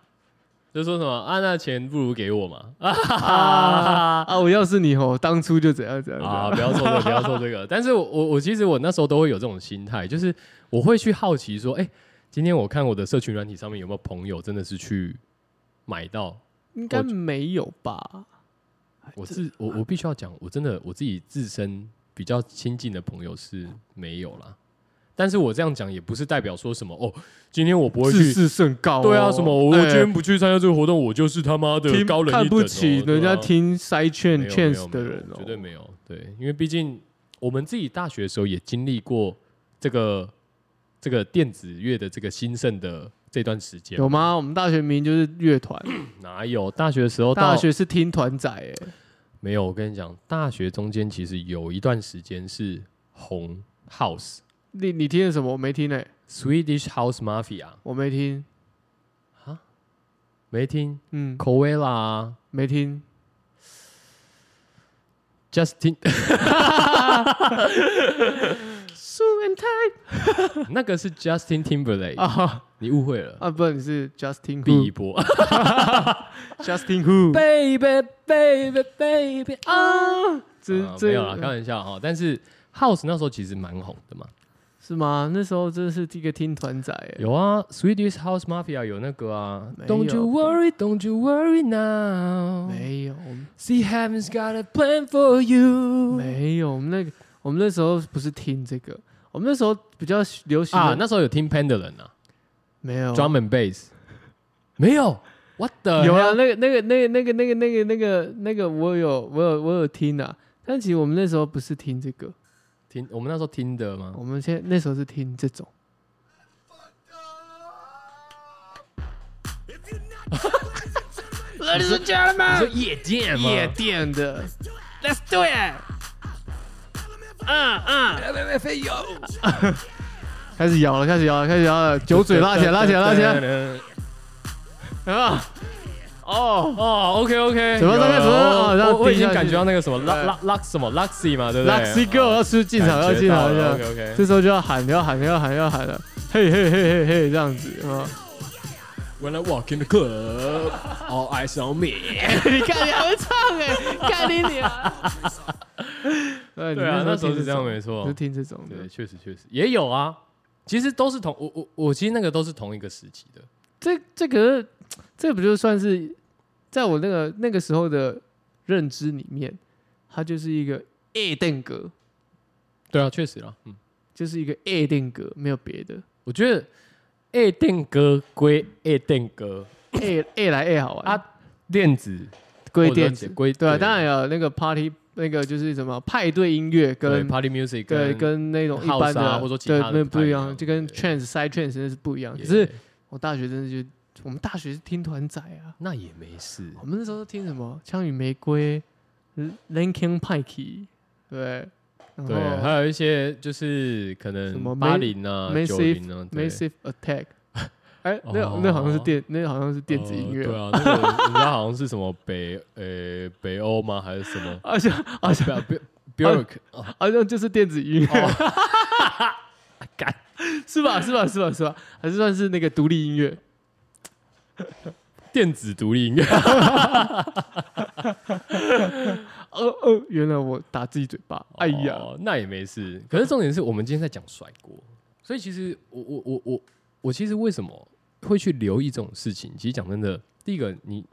[SPEAKER 1] 就说什么啊，那钱不如给我嘛啊
[SPEAKER 2] 这样子 (laughs) 啊啊，我要是你哦，当初就怎样怎样怎样。
[SPEAKER 1] 啊！不要说这个，不要说这个。 (laughs) 但是我我我其实我那时候都会有这种心态，就是我会去好奇说，哎、今天我看我的社群软体上面有没有朋友真的是去买到？
[SPEAKER 2] 应该没有吧？
[SPEAKER 1] 我是我我必须要讲，我真的我自己自身比较亲近的朋友是没有啦。但是我这样讲也不是代表说什么哦，今天我不会去
[SPEAKER 2] 自视甚高哦。
[SPEAKER 1] 对啊，什么我
[SPEAKER 2] 哎
[SPEAKER 1] 今天不去参加这个活动，我就是他妈的
[SPEAKER 2] 听
[SPEAKER 1] 高人一等哦、
[SPEAKER 2] 看不起
[SPEAKER 1] 对啊
[SPEAKER 2] 人家听筛
[SPEAKER 1] 没
[SPEAKER 2] 券
[SPEAKER 1] 有没有
[SPEAKER 2] chance 的
[SPEAKER 1] 没有
[SPEAKER 2] 人哦，
[SPEAKER 1] 绝对没有。对，因为毕竟我们自己大学的时候也经历过这个这个电子乐的这个兴盛的这段时间，
[SPEAKER 2] 有？吗？我们大学明明就是乐团，
[SPEAKER 1] 哪有？大学的时候到，
[SPEAKER 2] 大学是听团仔哎。
[SPEAKER 1] 没有。我跟你讲，大学中间其实有一段时间是红 House、
[SPEAKER 2] 你你听的什么？我没听诶、
[SPEAKER 1] Swedish House Mafia，
[SPEAKER 2] 我没听，
[SPEAKER 1] 没听
[SPEAKER 2] 嗯，
[SPEAKER 1] c o e l a
[SPEAKER 2] 没听。
[SPEAKER 1] Justin， (laughs)
[SPEAKER 2] 苏文泰
[SPEAKER 1] 那个是 Justin Timberlake，、
[SPEAKER 2] 啊
[SPEAKER 1] 你误会了。
[SPEAKER 2] 啊，不，你是 Justin
[SPEAKER 1] 比一
[SPEAKER 2] Who？Justin
[SPEAKER 1] 波 (laughs)
[SPEAKER 2] Who？
[SPEAKER 1] ，baby baby baby
[SPEAKER 2] 啊，
[SPEAKER 1] 啊
[SPEAKER 2] 这
[SPEAKER 1] 没有啦，开
[SPEAKER 2] 这
[SPEAKER 1] 玩笑哈。但是 House 那时候其实蛮红的嘛，
[SPEAKER 2] 是吗？那时候真的是一个听团仔哎。
[SPEAKER 1] 有啊，Swedish House Mafia 有那个啊
[SPEAKER 2] 没有
[SPEAKER 1] ，Don't you worry, Don't you worry now,
[SPEAKER 2] 没有
[SPEAKER 1] see heaven's got a plan for you。
[SPEAKER 2] 没有，我们那个我们那时候不是听这个，我们那时候比较流行的
[SPEAKER 1] 啊，那时候有听 Pendulum 啊
[SPEAKER 2] 没有
[SPEAKER 1] ，Drum and Bass，没有，What the
[SPEAKER 2] 有
[SPEAKER 1] hell？
[SPEAKER 2] 啊，那个那个那个那个那个那个那个那个我有我有我有听啊，但其实我们那时候不是听这个，
[SPEAKER 1] 听我们那时候听的吗？
[SPEAKER 2] 我们现在那时候是听这种。
[SPEAKER 1] 你说你说夜店吗？
[SPEAKER 2] 夜店的，开始摇了，开始摇了，开始摇了，酒嘴拉起来，拉起来，拉起来
[SPEAKER 1] 来！
[SPEAKER 2] 啊！哦，
[SPEAKER 1] 哦，OK OK，
[SPEAKER 2] 怎么怎么怎么哦让
[SPEAKER 1] 我我已经
[SPEAKER 2] 低下去
[SPEAKER 1] 感觉到那个什么
[SPEAKER 2] 哎
[SPEAKER 1] lux lux lux 什么 luxy 嘛，对不对哦
[SPEAKER 2] Luxy Girl 要是进场要进场要
[SPEAKER 1] OK
[SPEAKER 2] 进场，
[SPEAKER 1] OK。
[SPEAKER 2] 这时候就要喊要喊要喊要喊了，嘿嘿嘿嘿嘿这样子啊！
[SPEAKER 1] When I walk in the club, all eyes on me。
[SPEAKER 2] 你看你还会唱哎，看你你啊！对
[SPEAKER 1] 对啊，那时候是这样没
[SPEAKER 2] 哎你
[SPEAKER 1] 错
[SPEAKER 2] 就。听这种的
[SPEAKER 1] 对，，确实确实也有啊。其实都是同我我我其实那个都是同一个时期的。
[SPEAKER 2] 这这个这不就算是在我那个那个时候的认知里面，它就是一个 A 定格，
[SPEAKER 1] 对啊，确实啦。嗯，
[SPEAKER 2] 就是一个 A 定格，没有别的。
[SPEAKER 1] 我觉得 A 电歌归 A 电歌，
[SPEAKER 2] A A 来 A 好玩
[SPEAKER 1] 啊电子
[SPEAKER 2] 归
[SPEAKER 1] 或者
[SPEAKER 2] 电子
[SPEAKER 1] 归
[SPEAKER 2] 对啊，当然有那个 party 那个就是什么派对音乐
[SPEAKER 1] 对
[SPEAKER 2] 跟
[SPEAKER 1] Party Music
[SPEAKER 2] 对跟那种一般
[SPEAKER 1] house 啊
[SPEAKER 2] 的
[SPEAKER 1] 或者说其
[SPEAKER 2] 对
[SPEAKER 1] 他的
[SPEAKER 2] 那不一
[SPEAKER 1] 派
[SPEAKER 2] 样，
[SPEAKER 1] 对
[SPEAKER 2] 就跟
[SPEAKER 1] 对
[SPEAKER 2] trance side trance 真的是不一样。
[SPEAKER 1] 也
[SPEAKER 2] 只是我大学真的就我们大学是听团仔啊，
[SPEAKER 1] 那也没事
[SPEAKER 2] 我。们那时候都听什么《枪与玫瑰》，Linkin 呃 Park，对，然
[SPEAKER 1] 对，还
[SPEAKER 2] 后
[SPEAKER 1] 有一些就是可
[SPEAKER 2] 什
[SPEAKER 1] 能
[SPEAKER 2] 么
[SPEAKER 1] 八零啊、九
[SPEAKER 2] Massive-
[SPEAKER 1] 零啊，对
[SPEAKER 2] Massive
[SPEAKER 1] (laughs)
[SPEAKER 2] Attack，哎，那
[SPEAKER 1] 哦
[SPEAKER 2] 那好像是电，那好像是电子音乐
[SPEAKER 1] 呃
[SPEAKER 2] (laughs)
[SPEAKER 1] 对，啊，那个人家好像是什么北呃北欧吗？还是什么
[SPEAKER 2] 而且
[SPEAKER 1] 啊
[SPEAKER 2] 而且
[SPEAKER 1] Bjork？
[SPEAKER 2] 好像就是电子音 (laughs) 乐，
[SPEAKER 1] 哦干，
[SPEAKER 2] (laughs) 是吧？是吧？是吧？是吧？还是算是那个独立音乐？
[SPEAKER 1] 电子独立音乐。
[SPEAKER 2] 呃呃，原来我打自己嘴巴， (laughs) 哎呀，
[SPEAKER 1] 哦，那也没事。可是重点是我们今天在讲甩锅，所以其实我我我我我其实为什么会去留意这种事情？其实讲真的，第一个你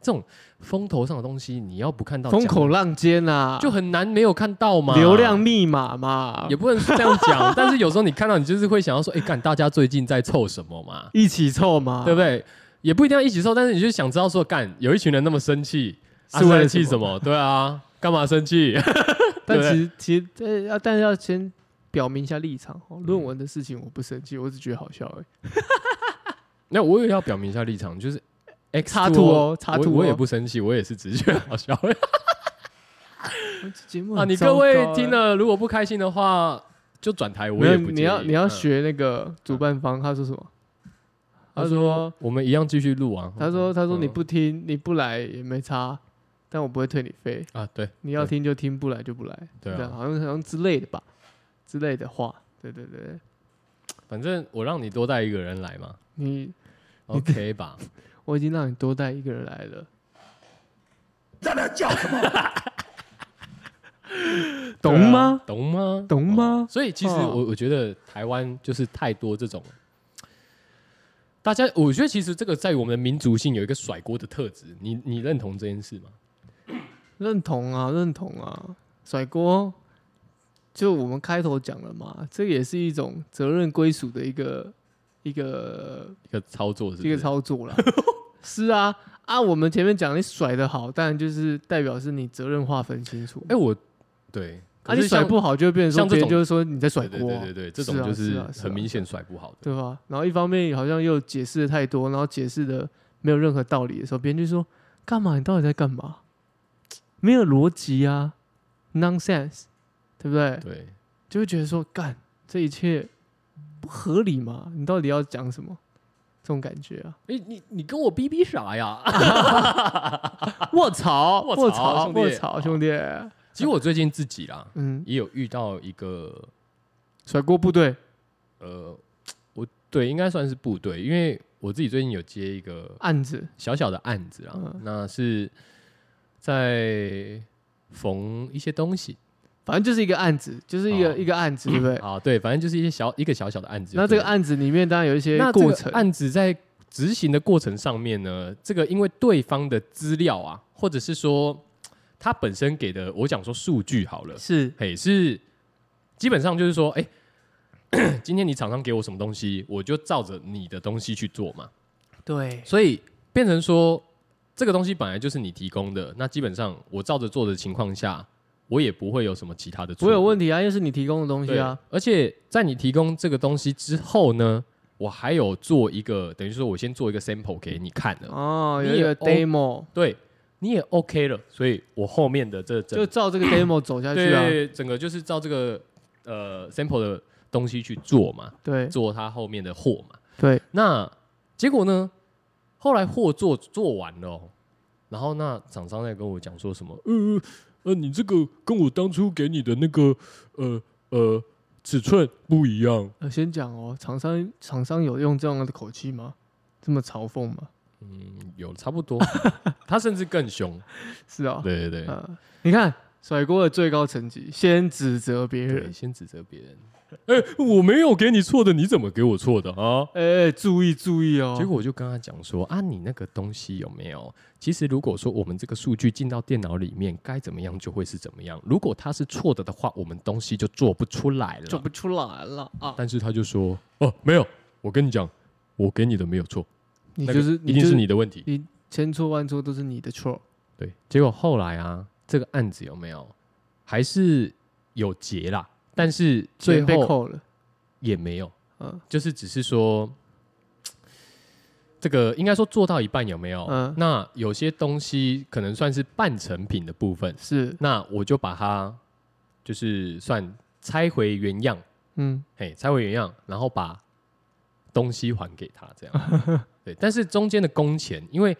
[SPEAKER 1] 这种风头上的东西，你要不看到
[SPEAKER 2] 风
[SPEAKER 1] 讲
[SPEAKER 2] 口浪尖啊，
[SPEAKER 1] 就很难没有看到嘛，
[SPEAKER 2] 流量。密码嘛
[SPEAKER 1] 也，不能这样讲，但是有时候你看到，你就是会想要说，哎、 (laughs) 看大家最近在凑什么嘛？
[SPEAKER 2] 一起凑嘛，
[SPEAKER 1] 对不对？也不一定要一起受，但是你就想知道说，干有一群人那么生气，啊
[SPEAKER 2] 是为了
[SPEAKER 1] 在气
[SPEAKER 2] 什
[SPEAKER 1] 什么？对啊，干嘛生气？
[SPEAKER 2] (laughs) 但
[SPEAKER 1] 对不
[SPEAKER 2] 其实其实呃要但是要先表明一下立场
[SPEAKER 1] 嗯
[SPEAKER 2] 哦。论文的事情我不生气，我只觉得好笑而已。
[SPEAKER 1] 那我也要表明一下立场，就是 X
[SPEAKER 2] 插图哦插图哦
[SPEAKER 1] 我我也不生气，我也是只是觉得好
[SPEAKER 2] (laughs)
[SPEAKER 1] 笑
[SPEAKER 2] 我哦这节目
[SPEAKER 1] 啊。
[SPEAKER 2] 很
[SPEAKER 1] 你
[SPEAKER 2] 糟
[SPEAKER 1] 各位
[SPEAKER 2] 糕
[SPEAKER 1] 听
[SPEAKER 2] 哎，
[SPEAKER 1] 了，如果不开心的话，就转台，我
[SPEAKER 2] 没有
[SPEAKER 1] 也不
[SPEAKER 2] 你
[SPEAKER 1] 介意
[SPEAKER 2] 要你要
[SPEAKER 1] 嗯
[SPEAKER 2] 学那个主办方，他说什么？
[SPEAKER 1] 他
[SPEAKER 2] 他
[SPEAKER 1] 说
[SPEAKER 2] 说
[SPEAKER 1] 我们一样继续录啊。
[SPEAKER 2] 他说他说你
[SPEAKER 1] 嗯
[SPEAKER 2] 不听你不来也没差，但我不会退你费，
[SPEAKER 1] 啊，对
[SPEAKER 2] 你要
[SPEAKER 1] 对
[SPEAKER 2] 听就听，不来就不来，
[SPEAKER 1] 对啊
[SPEAKER 2] 这样好像好像之类的吧，之类的话，对对对，
[SPEAKER 1] 反正我让你多带一个人来嘛
[SPEAKER 2] (laughs) 你
[SPEAKER 1] ，OK 吧？
[SPEAKER 2] 我已经让你多带一个人来了。在那叫什么？ (laughs) (laughs) 懂吗？
[SPEAKER 1] 对啊？懂吗？
[SPEAKER 2] 懂吗
[SPEAKER 1] 哦所以其实
[SPEAKER 2] 哦
[SPEAKER 1] 我我觉得台湾就是太多这种，大家我觉得其实这个在我们的民族性有一个甩锅的特质，你你认同这件事吗？
[SPEAKER 2] 认同啊，认同啊，甩锅。就我们开头讲了嘛，这也是一种责任归属的一个一个
[SPEAKER 1] 一个操作是不是
[SPEAKER 2] 一个操作啦。 (laughs) 是啊啊，我们前面讲你甩的好，当然就是代表是你责任划分清楚
[SPEAKER 1] 哎、。我对，
[SPEAKER 2] 啊，
[SPEAKER 1] 可
[SPEAKER 2] 你
[SPEAKER 1] 是像
[SPEAKER 2] 甩不好就会变成说
[SPEAKER 1] 像这
[SPEAKER 2] 别
[SPEAKER 1] 种
[SPEAKER 2] 人就是说你在甩
[SPEAKER 1] 对
[SPEAKER 2] 锅啊、
[SPEAKER 1] 对对对对，这
[SPEAKER 2] 是
[SPEAKER 1] 种
[SPEAKER 2] 啊
[SPEAKER 1] 就是
[SPEAKER 2] 啊是啊
[SPEAKER 1] 很明显甩不好的。
[SPEAKER 2] 对吧？然后一方面好像又解释的太多，然后解释的没有任何道理的时候，别人就说：“干嘛？你到底在干嘛？没有逻辑啊，nonsense，对不对？”
[SPEAKER 1] 对，
[SPEAKER 2] 就会觉得说：“干，这一切不合理嘛？你到底要讲什么？”这种感觉啊！
[SPEAKER 1] 哎、你你跟我逼逼啥呀？
[SPEAKER 2] (laughs) 卧槽，
[SPEAKER 1] 啊卧
[SPEAKER 2] 卧
[SPEAKER 1] 槽兄
[SPEAKER 2] 槽，
[SPEAKER 1] 弟哦
[SPEAKER 2] 卧槽，兄弟！
[SPEAKER 1] 其实我最近自己啦，
[SPEAKER 2] 嗯，
[SPEAKER 1] 也有遇到一个
[SPEAKER 2] 甩锅部队，
[SPEAKER 1] 呃，我对应该算是部队，因为我自己最近有接一个
[SPEAKER 2] 案子，
[SPEAKER 1] 小小的案子啦，
[SPEAKER 2] 嗯
[SPEAKER 1] 那是在缝一些东西
[SPEAKER 2] 反正就是一个案子，就是一
[SPEAKER 1] 哦
[SPEAKER 2] 个一个案子，对不对？
[SPEAKER 1] 啊，对，反正就是一些小一个小小的案子。
[SPEAKER 2] 那这个
[SPEAKER 1] 对
[SPEAKER 2] 案子里面当然有一些
[SPEAKER 1] 那这
[SPEAKER 2] 过
[SPEAKER 1] 个
[SPEAKER 2] 程，
[SPEAKER 1] 案子在执行的过程上面呢，这个因为对方的资料啊，或者是说他本身给的，我讲说数据好了，
[SPEAKER 2] 是
[SPEAKER 1] 嘿，是基本上就是说，哎、 (clears throat) 今天你厂商给我什么东西，我就照着你的东西去做嘛。
[SPEAKER 2] 对，
[SPEAKER 1] 所以变成说，这个东西本来就是你提供的，那基本上我照着做的情况下，我也不会有什么其他的错误。
[SPEAKER 2] 我有问题啊，又是你提供的东西
[SPEAKER 1] 对
[SPEAKER 2] 啊，，
[SPEAKER 1] 而且在你提供这个东西之后呢，我还有做一个，等于说我先做一个 sample 给你看了，
[SPEAKER 2] 哦，
[SPEAKER 1] 你
[SPEAKER 2] 有一
[SPEAKER 1] 也
[SPEAKER 2] 个
[SPEAKER 1] O-
[SPEAKER 2] demo，
[SPEAKER 1] 对，你也 OK 了，所以我后面的这整
[SPEAKER 2] 就
[SPEAKER 1] (coughs)
[SPEAKER 2] 照这个 demo 走下去啊。
[SPEAKER 1] 对整个就是照这个呃 sample 的东西去做嘛，
[SPEAKER 2] 对
[SPEAKER 1] 做它后面的货嘛。
[SPEAKER 2] 对，
[SPEAKER 1] 那结果呢？后来货做做完了、哦，然后那厂商在跟我讲说什么？呃呃，你这个跟我当初给你的那个呃呃尺寸不一样。
[SPEAKER 2] 呃，先讲哦，厂商厂商有用这样的口气吗？这么嘲讽吗？
[SPEAKER 1] 嗯，有差不多， (laughs) 他甚至更凶。
[SPEAKER 2] 是啊，
[SPEAKER 1] 对对对，
[SPEAKER 2] 呃，你看甩锅的最高层级，先指责别
[SPEAKER 1] 对，
[SPEAKER 2] 人，
[SPEAKER 1] 先指责别人。哎、我没有给你错的，你怎么给我错的啊？
[SPEAKER 2] 哎、注意注意哦，
[SPEAKER 1] 结果我就跟他讲说啊，你那个东西有没有？其实如果说我们这个数据进到电脑里面，该怎么样就会是怎么样。如果它是错的的话，我们东西就做不出来
[SPEAKER 2] 做
[SPEAKER 1] 了。
[SPEAKER 2] 不出来了啊！
[SPEAKER 1] 但是他就说哦，没有，我跟你讲，我给你的没有错，
[SPEAKER 2] 你
[SPEAKER 1] 那
[SPEAKER 2] 就
[SPEAKER 1] 个
[SPEAKER 2] 是、
[SPEAKER 1] 一定
[SPEAKER 2] 就是
[SPEAKER 1] 你的问题。
[SPEAKER 2] 你千错万错都是你的错，
[SPEAKER 1] 对，结果后来啊，这个案子有没有还是有结啦，但是最
[SPEAKER 2] 钱被
[SPEAKER 1] 后
[SPEAKER 2] 扣了，
[SPEAKER 1] 也没有，
[SPEAKER 2] 嗯、
[SPEAKER 1] 就是只是说，这个应该说做到一半有没有？
[SPEAKER 2] 嗯
[SPEAKER 1] 那有些东西可能算是半成品的部分，
[SPEAKER 2] 是，
[SPEAKER 1] 那我就把它就是算拆回原样，
[SPEAKER 2] 嗯，
[SPEAKER 1] 嘿，拆回原样，然后把东西还给他，这样。
[SPEAKER 2] (laughs)
[SPEAKER 1] 对，但是中间的工钱，因为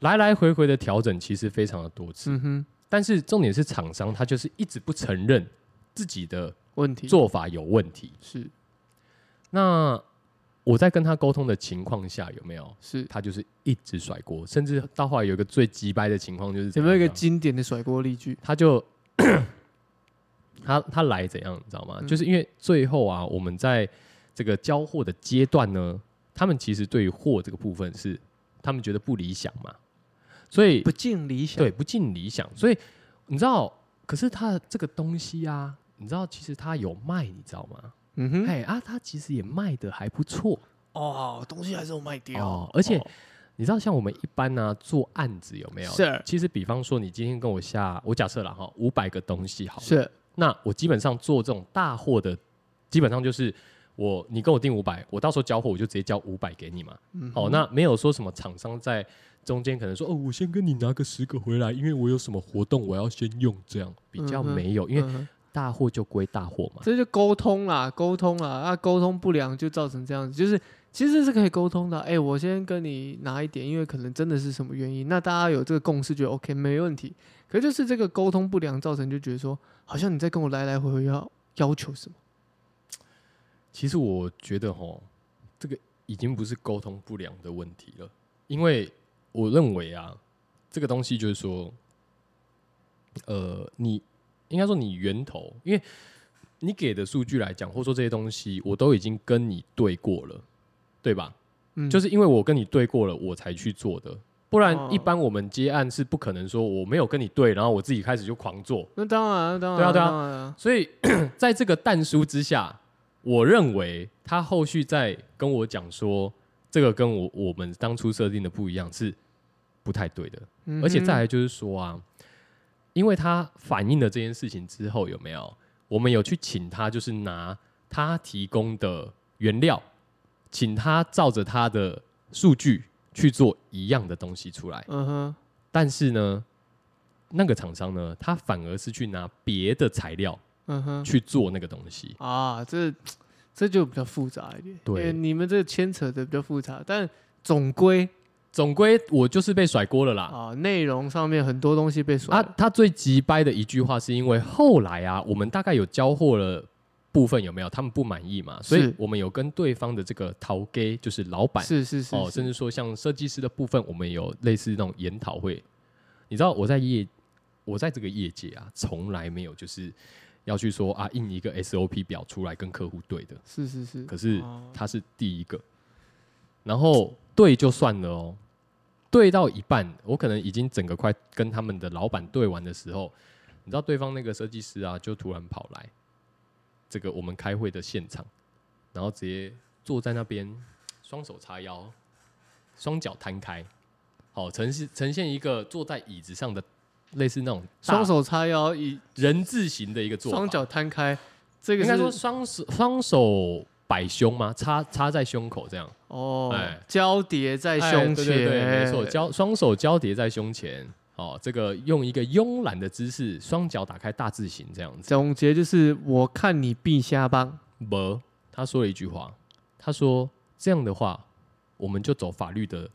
[SPEAKER 1] 来来回回的调整其实非常的多次，
[SPEAKER 2] 嗯哼，
[SPEAKER 1] 但是重点是厂商他就是一直不承认自己的
[SPEAKER 2] 问题
[SPEAKER 1] 做法有问题。
[SPEAKER 2] 是
[SPEAKER 1] 那我在跟他沟通的情况下，有没有
[SPEAKER 2] 是，
[SPEAKER 1] 他就是一直甩锅，甚至到后来有一个最鸡掰的情况就是怎
[SPEAKER 2] 有没有一
[SPEAKER 1] 样
[SPEAKER 2] 个
[SPEAKER 1] 呢
[SPEAKER 2] 经典的甩锅例句？
[SPEAKER 1] 他就 (coughs) 他他来怎样，你知道吗？
[SPEAKER 2] 嗯
[SPEAKER 1] 就是因为最后啊，我们在这个交货的阶段呢，他们其实对于货这个部分是他们觉得不理想嘛，所以
[SPEAKER 2] 不尽理想，
[SPEAKER 1] 对，不尽理想，所以你知道，可是他的这个东西啊，你知道其实他有卖，你知道吗？
[SPEAKER 2] 嗯哼，
[SPEAKER 1] 哎、啊，他其实也卖的还不错
[SPEAKER 2] 哦，东西还是有卖掉，
[SPEAKER 1] 哦，而且。
[SPEAKER 2] 哦
[SPEAKER 1] 你知道，像我们一般呢、做案子有没有？
[SPEAKER 2] 是
[SPEAKER 1] 其实，比方说，你今天跟我下，我假设了哈，五百个东西好了，
[SPEAKER 2] 是
[SPEAKER 1] 那我基本上做这种大货的，基本上就是我你跟我定五百，我到时候交货我就直接交五百给你嘛。
[SPEAKER 2] 嗯
[SPEAKER 1] 哦，那没有说什么厂商在中间可能说哦，我先跟你拿个十个回来，因为我有什么活动我要先用，这样比较
[SPEAKER 2] 嗯哼
[SPEAKER 1] 没有，因为
[SPEAKER 2] 嗯哼
[SPEAKER 1] 大货就归大货嘛。
[SPEAKER 2] 这就沟通啦，沟通啦，啊，沟通不良就造成这样子，就是其实是可以沟通的啊。哎、我先跟你拿一点，因为可能真的是什么原因，那大家有这个共识，觉得 OK 没问题。可就是这个沟通不良造成，就觉得说，好像你在跟我来来回回要要求什么，
[SPEAKER 1] 其实我觉得吼，这个已经不是沟通不良的问题了，因为我认为啊，这个东西就是说，呃，你应该说你源头，因为你给的数据来讲，或者说这些东西，我都已经跟你对过了，对吧？
[SPEAKER 2] 嗯，
[SPEAKER 1] 就是是因为我跟你对过了，我才去做的。不然
[SPEAKER 2] 哦，
[SPEAKER 1] 一般我们接案是不可能说我没有跟你对，然后我自己开始就狂做。
[SPEAKER 2] 那当然，当然，
[SPEAKER 1] 对啊对啊
[SPEAKER 2] 当然啊，
[SPEAKER 1] 所以 (clears throat) 在这个淡书之下，我认为他后续在跟我讲说，这个跟我我们当初设定的不一样是不太对的。
[SPEAKER 2] 嗯
[SPEAKER 1] 而且再
[SPEAKER 2] 哼
[SPEAKER 1] 来就是说啊，因为他反映了这件事情之后，有没有我们有去请他，就是拿他提供的原料，请他照着他的数据去做一样的东西出来。
[SPEAKER 2] 嗯哼，
[SPEAKER 1] 但是呢，那个厂商呢，他反而是去拿别的材料
[SPEAKER 2] 嗯哼，
[SPEAKER 1] 去做那个东西。
[SPEAKER 2] 啊，这这就比较复杂一点，
[SPEAKER 1] 对
[SPEAKER 2] 因为你们这牵扯的比较复杂，但总归
[SPEAKER 1] 总归我就是被甩锅了啦。
[SPEAKER 2] 啊，内容上面很多东西被耍
[SPEAKER 1] 啊
[SPEAKER 2] 了，，
[SPEAKER 1] 他最急掰的一句话是因为后来啊，我们大概有交货了部分有没有？他们不满意嘛，所以
[SPEAKER 2] 是
[SPEAKER 1] 我们有跟对方的这个陶给，就是老板
[SPEAKER 2] 是是是
[SPEAKER 1] 哦，
[SPEAKER 2] 是
[SPEAKER 1] 甚至说像设计师的部分，我们有类似那种研讨会。你知道我在业，我在这个业界啊，从来没有就是要去说啊印一个 SOP 表出来跟客户对的，
[SPEAKER 2] 是是是，
[SPEAKER 1] 可是
[SPEAKER 2] 哦
[SPEAKER 1] 他是第一个，然后对就算了哦，对到一半，我可能已经整个快跟他们的老板对完的时候，你知道对方那个设计师啊，就突然跑来这个我们开会的现场，然后直接坐在那边，双手叉腰，双脚摊开，好、呈现呈现一个坐在椅子上的类似那种大
[SPEAKER 2] 双手叉腰，以
[SPEAKER 1] 人字形的一个做法，
[SPEAKER 2] 双脚摊开，这个
[SPEAKER 1] 应该说
[SPEAKER 2] 是
[SPEAKER 1] 双手双手摆胸吗？插插在胸口这样，
[SPEAKER 2] 哦
[SPEAKER 1] 哎，
[SPEAKER 2] 交叠在
[SPEAKER 1] 哎
[SPEAKER 2] 胸前，
[SPEAKER 1] 对对对，没错，交双手交叠在胸前。哦，这个用一个慵懒的姿势，双脚打开大字形这样子。
[SPEAKER 2] 总结就是，我看你必瞎帮，
[SPEAKER 1] 不，他说了一句话，他说这样的话，我们就走法律的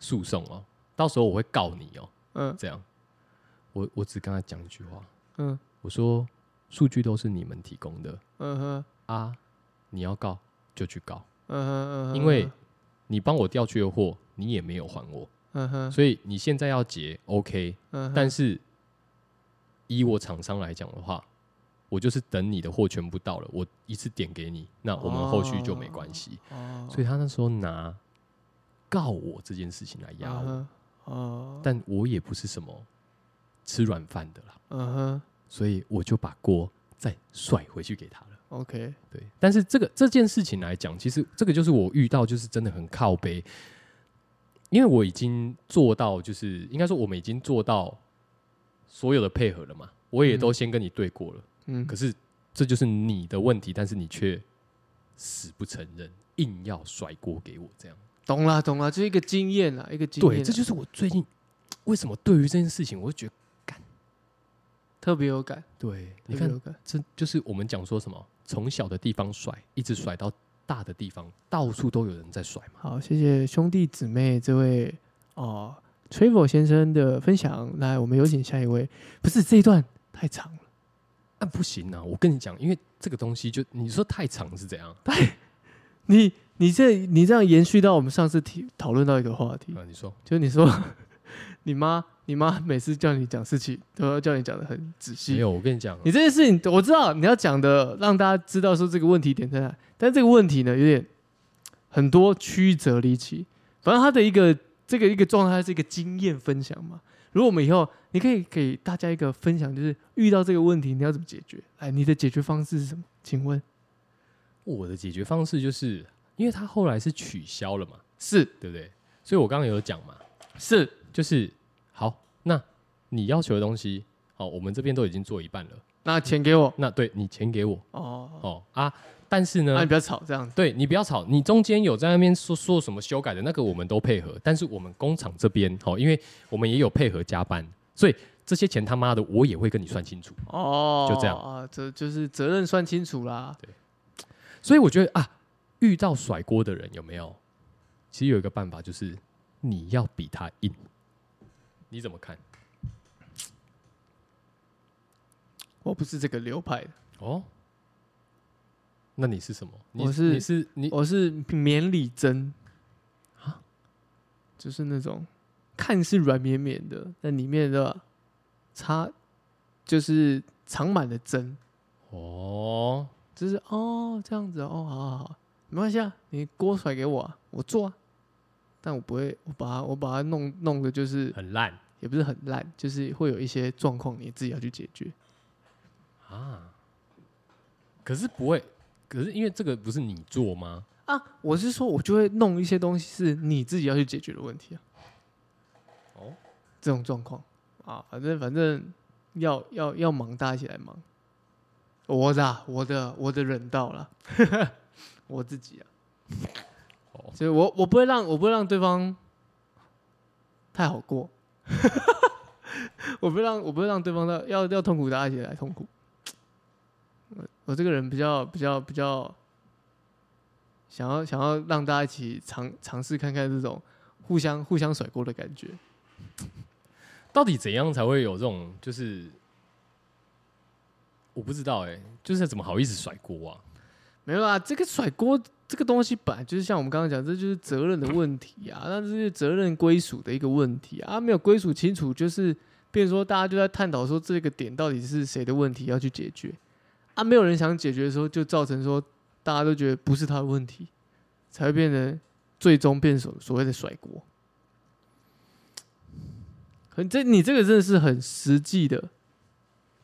[SPEAKER 1] 诉讼哦，到时候我会告你哦。
[SPEAKER 2] 嗯
[SPEAKER 1] 这样，我我只跟他讲一句话，
[SPEAKER 2] 嗯
[SPEAKER 1] 我说数据都是你们提供的
[SPEAKER 2] 嗯哼
[SPEAKER 1] 啊，你要告就去告。
[SPEAKER 2] 嗯哼嗯哼，
[SPEAKER 1] 因为你帮我调去的货，你也没有还我，
[SPEAKER 2] 嗯哼
[SPEAKER 1] 所以你现在要结 OK，
[SPEAKER 2] 嗯哼，
[SPEAKER 1] 但是以我厂商来讲的话，我就是等你的货全部到了，我一次点给你，那我们后续就没关系。
[SPEAKER 2] 哦
[SPEAKER 1] 所以他那时候拿告我这件事情来压我，
[SPEAKER 2] 嗯哼哦
[SPEAKER 1] 但我也不是什么吃软饭的啦，
[SPEAKER 2] 嗯哼
[SPEAKER 1] 所以我就把锅再甩回去给他了。
[SPEAKER 2] ，OK，
[SPEAKER 1] 对，但是这个这件事情来讲，其实这个就是我遇到，就是真的很靠背，因为我已经做到，就是应该说我们已经做到所有的配合了嘛，我也都先跟你对过了，
[SPEAKER 2] 嗯
[SPEAKER 1] 可是这就是你的问题，但是你却死不承认，硬要甩锅给我这样，
[SPEAKER 2] 懂啦懂啦，就是一个经验啦，一个经验
[SPEAKER 1] 对，
[SPEAKER 2] 啦，
[SPEAKER 1] 这就是我最近为什么对于这件事情，我就觉得
[SPEAKER 2] 特别有感，
[SPEAKER 1] 对，
[SPEAKER 2] 特
[SPEAKER 1] 你
[SPEAKER 2] 别有
[SPEAKER 1] 看，
[SPEAKER 2] 感，
[SPEAKER 1] 这就是我们讲说什么，从小的地方甩，一直甩到大的地方，到处都有人在甩嘛。
[SPEAKER 2] 好，谢谢兄弟姊妹这位哦、t r a v o 先生的分享。来，我们有请下一位。不是这一段太长了，
[SPEAKER 1] 啊，不行啊！我跟你讲，因为这个东西就你说太长是怎样？
[SPEAKER 2] 你你这你这样延续到我们上次提讨论到一个话题，
[SPEAKER 1] 啊，你说
[SPEAKER 2] 就是你说 (laughs) 你妈你妈每次叫你讲事情都要叫你讲的很仔
[SPEAKER 1] 没
[SPEAKER 2] 细。
[SPEAKER 1] 有？我跟你讲，
[SPEAKER 2] 你这件事情我知道你要讲的，让大家知道说这个问题点在哪，但这个问题呢有点很多曲折离奇。反正他的一个这个一个状态是一个经验分享嘛。如果我们以后你可以给大家一个分享，就是遇到这个问题你要怎么解决？来，你的解决方式是什么？请问
[SPEAKER 1] 我的解决方式就是，因为他后来是取消了嘛，
[SPEAKER 2] 是
[SPEAKER 1] 对不对？所以我刚刚有讲嘛，
[SPEAKER 2] 是
[SPEAKER 1] 就是好，那你要求的东西，好，我们这边都已经做一半了，
[SPEAKER 2] 那钱给我
[SPEAKER 1] 那对你钱给我
[SPEAKER 2] 哦，
[SPEAKER 1] 哦啊，但是
[SPEAKER 2] 那、
[SPEAKER 1] 呢
[SPEAKER 2] 你，不要吵这样子
[SPEAKER 1] 对你不要吵，你中间有在那边说说什么修改的那个，我们都配合。但是我们工厂这边，哦，因为我们也有配合加班，所以这些钱他妈的我也会跟你算清楚。
[SPEAKER 2] 哦，
[SPEAKER 1] 就这样
[SPEAKER 2] 啊，这就是责任算清楚啦。
[SPEAKER 1] 所以我觉得啊，遇到甩锅的人有没有？其实有一个办法就是你要比他硬，你怎么看？
[SPEAKER 2] 我不是这个流派的，
[SPEAKER 1] 哦，那你是什么？你
[SPEAKER 2] 我是
[SPEAKER 1] 你是你
[SPEAKER 2] 我是绵里针啊，就是那种看似软绵绵的，但里面的插就是藏满了针，
[SPEAKER 1] 哦，
[SPEAKER 2] 就是哦这样子哦，好好好，没关系啊，你锅甩给我、啊，我做啊，但我不会，我把它我把它弄弄的，就是
[SPEAKER 1] 很烂
[SPEAKER 2] 也不是很烂，就是会有一些状况你自己要去解决。
[SPEAKER 1] 啊。可是不会，可是因为这个不是你做吗？
[SPEAKER 2] 啊，我是说，我就会弄一些东西是你自己要去解决的问题啊。
[SPEAKER 1] 哦，
[SPEAKER 2] 这种状况啊，反正反正要要要忙，大家一起来忙。我的啊、我的我的忍到了， (laughs) 我自己啊
[SPEAKER 1] 哦。
[SPEAKER 2] 所以我我不会让我不会让对方太好过， (laughs) 我不会让我不会让对方的要要痛苦，大家一起来痛苦。我我这个人比较比较比较想要想要让大家一起尝尝试看看这种互相互相甩锅的感觉。
[SPEAKER 1] 到底怎样才会有这种就是？我不知道哎、就是怎么好意思甩锅啊？
[SPEAKER 2] 没有啊，这个甩锅这个东西本来就是像我们刚刚讲，这就是责任的问题啊， (laughs) 那这是责任归属的一个问题啊，没有归属清楚，就是变成说大家就在探讨说这个点到底是谁的问题要去解决啊，没有人想解决的时候，就造成说大家都觉得不是他的问题，才会变成最终变所所谓的甩锅。很这你这个真的是很实际的，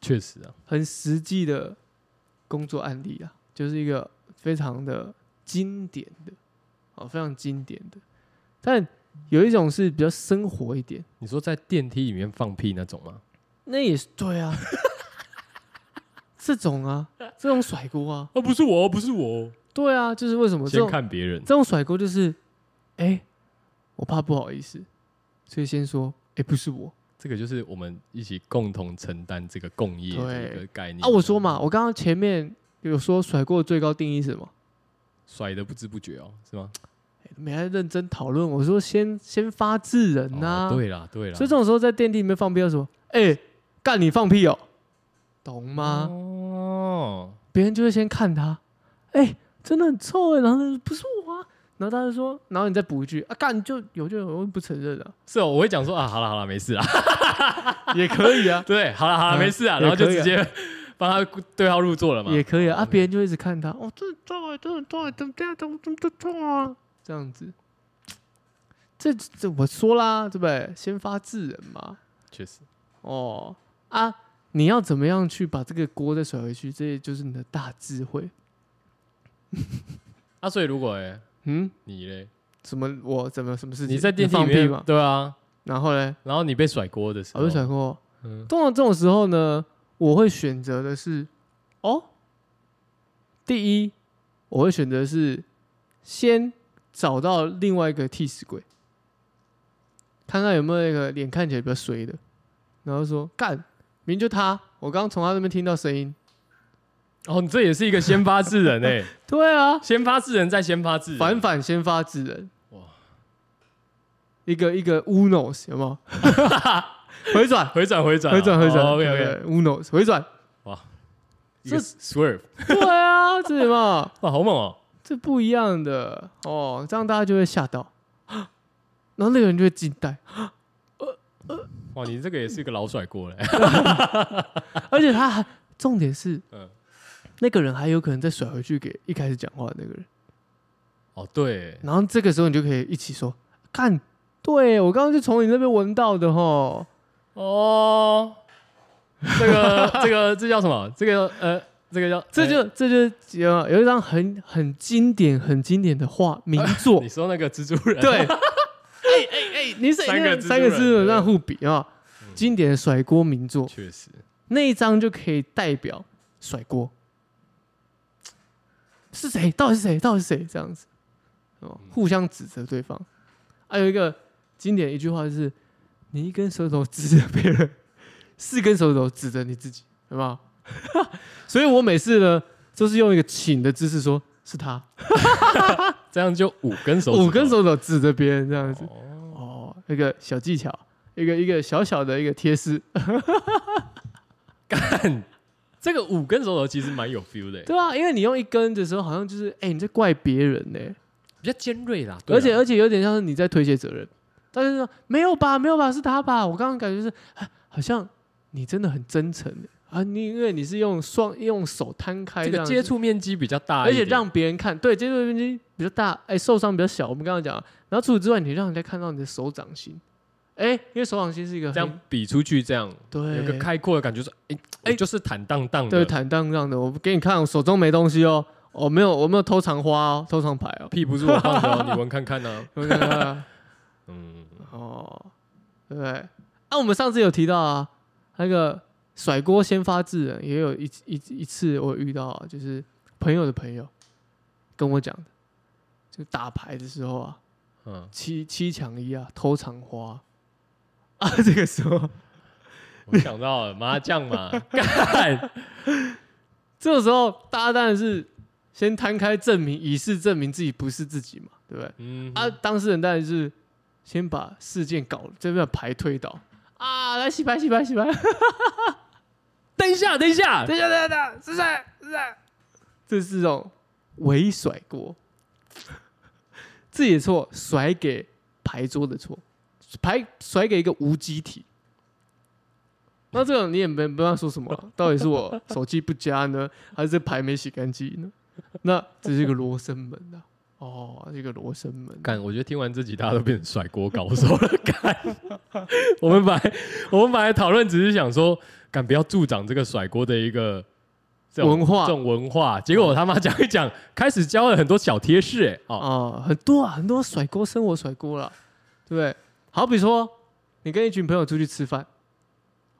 [SPEAKER 1] 确实啊，
[SPEAKER 2] 很实际的工作案例啊，就是一个非常的经典的，哦，非常经典的。但有一种是比较生活一点，
[SPEAKER 1] 你说在电梯里面放屁那种吗？
[SPEAKER 2] 那也是
[SPEAKER 1] (laughs)
[SPEAKER 2] 对啊，这种啊，这种甩锅啊，
[SPEAKER 1] 啊，不是我，不是我，
[SPEAKER 2] 对啊，就是为什么这
[SPEAKER 1] 先
[SPEAKER 2] 种
[SPEAKER 1] 看别人
[SPEAKER 2] 这种甩锅就是，哎、我怕不好意思，所以先说，哎、不是我
[SPEAKER 1] 这个就是我们一起共同承担这个共业的一
[SPEAKER 2] 对
[SPEAKER 1] 个概念
[SPEAKER 2] 啊，我说嘛，我刚刚前面有说甩锅的最高定义是什么？
[SPEAKER 1] 甩的不知不觉哦，是吗？
[SPEAKER 2] 没来认真讨论。我说先先发制人呐、
[SPEAKER 1] 哦对啦，对啦，
[SPEAKER 2] 啊所以这种时候在电梯里面放屁要说，哎、干你放屁哦，懂吗？
[SPEAKER 1] 哦，
[SPEAKER 2] 别、人就会先看他，哎、真的很臭哎、然后他就不是我啊，然后他就说，然后你再补一句啊，干就有就有，我不承认
[SPEAKER 1] (laughs)
[SPEAKER 2] 啊，
[SPEAKER 1] 是哦，我会讲说啊，好了好了，没事啊，
[SPEAKER 2] 也可以啊，
[SPEAKER 1] (laughs) 对，好了好了，
[SPEAKER 2] 嗯
[SPEAKER 1] 没事啊，
[SPEAKER 2] 也
[SPEAKER 1] 然后就
[SPEAKER 2] 可以
[SPEAKER 1] 直
[SPEAKER 2] 啊
[SPEAKER 1] 接帮他对号入座了嘛，
[SPEAKER 2] 也可以啊，啊，
[SPEAKER 1] OK
[SPEAKER 2] 别人就一直看他，哦，这很臭哎，这很臭哎，怎么这样，怎么怎么这么臭啊，这样子。这这我说啦，对不对？先发制人嘛，
[SPEAKER 1] 确实，
[SPEAKER 2] 哦啊，你要怎么样去把这个锅再甩回去？这也就是你的大智慧。
[SPEAKER 1] 啊，所以如果哎
[SPEAKER 2] 嗯，
[SPEAKER 1] 你嘞，
[SPEAKER 2] 什么我怎么什么事情？
[SPEAKER 1] 你在电梯
[SPEAKER 2] 放
[SPEAKER 1] 里
[SPEAKER 2] 屁哦
[SPEAKER 1] 面
[SPEAKER 2] 嘛？
[SPEAKER 1] 对啊，
[SPEAKER 2] 然后嘞，
[SPEAKER 1] 然后你被甩锅的时
[SPEAKER 2] 我
[SPEAKER 1] 候，
[SPEAKER 2] 就想过，
[SPEAKER 1] 哦嗯
[SPEAKER 2] 通常这种时候呢，我会选择的是，哦，第一，我会选择是先找到另外一个替死鬼，看看有没有那个脸看起来比较衰的，然后说干，明明就他，我刚刚从他那边听到声音。
[SPEAKER 1] 哦，你这也是一个先发制人哎、
[SPEAKER 2] (laughs) 对啊，
[SPEAKER 1] 先发制人再先发制人，
[SPEAKER 2] 反反先发制人，
[SPEAKER 1] 啊哇
[SPEAKER 2] 一个一个 unos 有没
[SPEAKER 1] (laughs)
[SPEAKER 2] 有？回转，
[SPEAKER 1] 啊回转回转哦
[SPEAKER 2] 回转，回转、
[SPEAKER 1] OK
[SPEAKER 2] 对
[SPEAKER 1] OK，
[SPEAKER 2] 对 unos 回转，
[SPEAKER 1] 这 swerve
[SPEAKER 2] 对啊，这什么？
[SPEAKER 1] 哇，好猛哦！
[SPEAKER 2] 这不一样的哦，这样大家就会吓到，然后那个人就会惊呆，
[SPEAKER 1] 哇，你这个也是个老甩锅嘞，
[SPEAKER 2] 而且他还重点是，
[SPEAKER 1] 嗯
[SPEAKER 2] 那个人还有可能再甩回去给一开始讲话的那个人，
[SPEAKER 1] 哦对，
[SPEAKER 2] 然后这个时候你就可以一起说，看，对我刚刚就从你那边闻到的吼，
[SPEAKER 1] 哦，这个这个这叫什么？这个呃，这个叫
[SPEAKER 2] 这就这就有有一张很很经典很经典的画名
[SPEAKER 1] 哎 (laughs)
[SPEAKER 2] 作
[SPEAKER 1] 你，说那个蜘蛛人
[SPEAKER 2] 对，哎哎哎，你是
[SPEAKER 1] 三个
[SPEAKER 2] 那
[SPEAKER 1] 蜘蛛
[SPEAKER 2] 三个
[SPEAKER 1] 人
[SPEAKER 2] 字
[SPEAKER 1] 对嗯
[SPEAKER 2] 让互比啊，经典的甩锅名作，
[SPEAKER 1] 确实
[SPEAKER 2] 那一张就可以代表甩锅。是谁？到底是谁？到底是谁？这样子，哦，互相指责对方。还、有一个经典一句话就是：你一根手指头指着别人，四根手指头指着你自己，有没有？ (laughs) 所以我每次呢，都是用一个请的姿势说：是他，
[SPEAKER 1] 这样就五根手指头，
[SPEAKER 2] 五根手指头指着别人这样子。
[SPEAKER 1] 哦，
[SPEAKER 2] 哦，一个小技巧，一个一个小小的一个贴士，
[SPEAKER 1] 这个五根手指头其实蛮有 feel 的，
[SPEAKER 2] 对啊，因为你用一根的时候，好像就是哎、你在怪别人呢、
[SPEAKER 1] 比较尖锐啦，对啊
[SPEAKER 2] 而且而且有点像是你在推卸责任，但是说没有吧，没有吧，是他吧？我刚刚感觉是，啊好像你真的很真诚耶啊，你因为你是用双用手摊开
[SPEAKER 1] 这
[SPEAKER 2] 这
[SPEAKER 1] 个
[SPEAKER 2] 样
[SPEAKER 1] 接
[SPEAKER 2] 子，
[SPEAKER 1] 触面积比较大
[SPEAKER 2] 而
[SPEAKER 1] 一点，
[SPEAKER 2] 且让别人看，对，接触面积比较大，哎、受伤比较小。我们刚刚讲了，然后除此之外，你哎让人家看到你的手掌心，哎、因为手掌心是一个
[SPEAKER 1] 这
[SPEAKER 2] 很
[SPEAKER 1] 样比出去，这样
[SPEAKER 2] 对
[SPEAKER 1] 有个啊开阔的感觉，说哎哎，我
[SPEAKER 2] 哎
[SPEAKER 1] 就是坦荡荡
[SPEAKER 2] 对
[SPEAKER 1] 的，
[SPEAKER 2] 坦荡荡的，我给你看，我手中没东西哦，我、没有我没有偷藏花哦，偷藏牌
[SPEAKER 1] (laughs)
[SPEAKER 2] 哦，
[SPEAKER 1] 屁不是我放的哦，你闻看看呢，
[SPEAKER 2] 有没有看到啊
[SPEAKER 1] 嗯，
[SPEAKER 2] 哦，对不对？啊，我们上次有提到啊，那个甩锅先发制人，也有一一一次我遇到、啊，就是朋友的朋友跟我讲的，就打牌的时候啊，
[SPEAKER 1] 嗯，
[SPEAKER 2] 七七抢一啊，偷藏花啊，这个时候，
[SPEAKER 1] 我想到了麻将 (laughs) 嘛，干，
[SPEAKER 2] 这个时候大家当然是先摊开证明，以示证明自己不是自己嘛，对不对？
[SPEAKER 1] 嗯，
[SPEAKER 2] 啊，当事人当然是先把事件搞这边把牌推倒啊，来洗牌洗牌洗牌。
[SPEAKER 1] 等一下，等一下，
[SPEAKER 2] 等一下，等一下，等一下是谁？是谁？这是种伪甩锅， (laughs) 自己的错甩给牌桌的错，牌甩给一个无机体。那这种你也没没办法说什么了，到底是我手气不佳呢， (laughs) 还是这牌没洗干净呢？那这是一个罗生门啊！哦，这个罗生门，
[SPEAKER 1] 干，我觉得听完这集大家都变成甩锅高手了。 (laughs) 干，我们本来我们本来讨论只是想说，干不要助长这个甩锅的一个这种
[SPEAKER 2] 文化
[SPEAKER 1] 这种文化。结果我他妈讲一讲，开始教了很多小贴士、哎，哦，
[SPEAKER 2] 啊、很多啊，很多甩锅，生活甩锅啦，对不对？好比说，你跟一群朋友出去吃饭，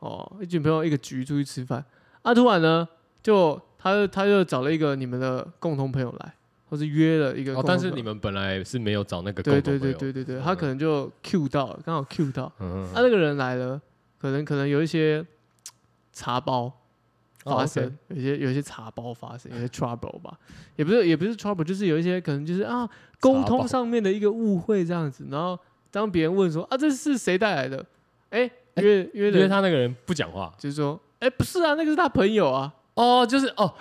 [SPEAKER 2] 哦，一群朋友一个局出去吃饭，啊，突然呢，就他就他就找了一个你们的共同朋友来，或是约了一个
[SPEAKER 1] 哦
[SPEAKER 2] 共同朋友、
[SPEAKER 1] 但是你们本来是没有找那个
[SPEAKER 2] 对
[SPEAKER 1] 共
[SPEAKER 2] 对
[SPEAKER 1] 同朋
[SPEAKER 2] 对啊
[SPEAKER 1] 友，
[SPEAKER 2] 对对对，
[SPEAKER 1] 嗯
[SPEAKER 2] 他可能就 Q 到了，刚好 Q 到，
[SPEAKER 1] 嗯，
[SPEAKER 2] 啊，那个人来了，可能可能有一些茶包
[SPEAKER 1] 哦
[SPEAKER 2] 发
[SPEAKER 1] OK
[SPEAKER 2] 生，有一些有一些茶包发生，有一些 trouble 吧，也不是也不是 trouble，就是有一些可能就是啊沟
[SPEAKER 1] 茶包
[SPEAKER 2] 通上面的一个误会这样子，然后当别人问说啊这是谁带来的，哎、
[SPEAKER 1] 哎
[SPEAKER 2] 约约
[SPEAKER 1] 因为
[SPEAKER 2] 了，
[SPEAKER 1] 他那个人不讲话，
[SPEAKER 2] 就是说哎、不是啊，那个是他朋友啊，
[SPEAKER 1] 哦，就是哦。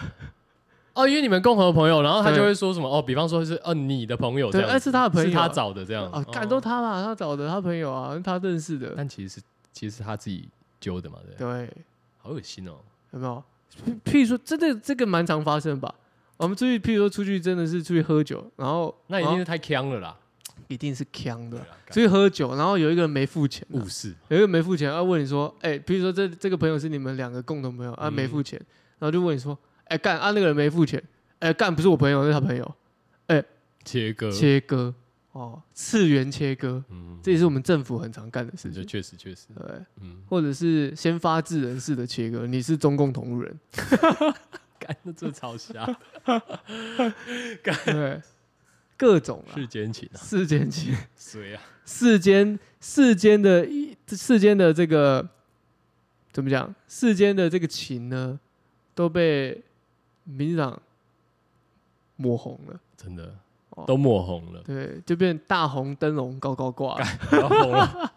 [SPEAKER 1] 哦，因为你们共同的朋友，然后他就会说什么哦，比方说是哦你的朋友这
[SPEAKER 2] 对，
[SPEAKER 1] 样
[SPEAKER 2] 哎、
[SPEAKER 1] 子，
[SPEAKER 2] 是他的朋友
[SPEAKER 1] 是他找的这样
[SPEAKER 2] 啊，感
[SPEAKER 1] 哦
[SPEAKER 2] 动他啦，他找的他朋友啊，他认识的，
[SPEAKER 1] 但其实是其实是他自己揪的嘛，对，
[SPEAKER 2] 对，
[SPEAKER 1] 好恶心哦，
[SPEAKER 2] 有没有？譬譬如说，真的这个蛮常发生吧。我们出去，譬如说出去，真的是出去喝酒，然后
[SPEAKER 1] 那一定
[SPEAKER 2] 然
[SPEAKER 1] 是
[SPEAKER 2] 后
[SPEAKER 1] 太呛了啦，
[SPEAKER 2] 一定是呛的
[SPEAKER 1] 对。啦干嗯
[SPEAKER 2] 出去喝酒，然后有一个人没付钱啊、
[SPEAKER 1] 误事，
[SPEAKER 2] 有一个没付钱，要问你说，哎、比如说这这个朋友是你们两个共同朋友啊，
[SPEAKER 1] 嗯
[SPEAKER 2] 没付钱，然后就问你说，哎、干啊那个人没付钱，哎、干不是我朋友，是他朋友，
[SPEAKER 1] 切割，
[SPEAKER 2] 切割哦，次元切割，
[SPEAKER 1] 嗯，
[SPEAKER 2] 这也是我们政府很常干的事
[SPEAKER 1] 这
[SPEAKER 2] 情，
[SPEAKER 1] 确实确实，
[SPEAKER 2] 对，
[SPEAKER 1] 嗯，
[SPEAKER 2] 或者是先发制人式的切割，你是中共同路人，
[SPEAKER 1] (laughs) 干，那这超瞎，
[SPEAKER 2] 对，各种啊
[SPEAKER 1] (laughs) 世，间情啊，
[SPEAKER 2] 世间情，
[SPEAKER 1] 谁啊？
[SPEAKER 2] 世间世间的一世间的这个怎么讲？世间的这个情呢，都被民进党抹红了。
[SPEAKER 1] 真的
[SPEAKER 2] 哦
[SPEAKER 1] 都抹红 (laughs) 了，
[SPEAKER 2] 对，就变大红灯笼高高挂，
[SPEAKER 1] 都红了。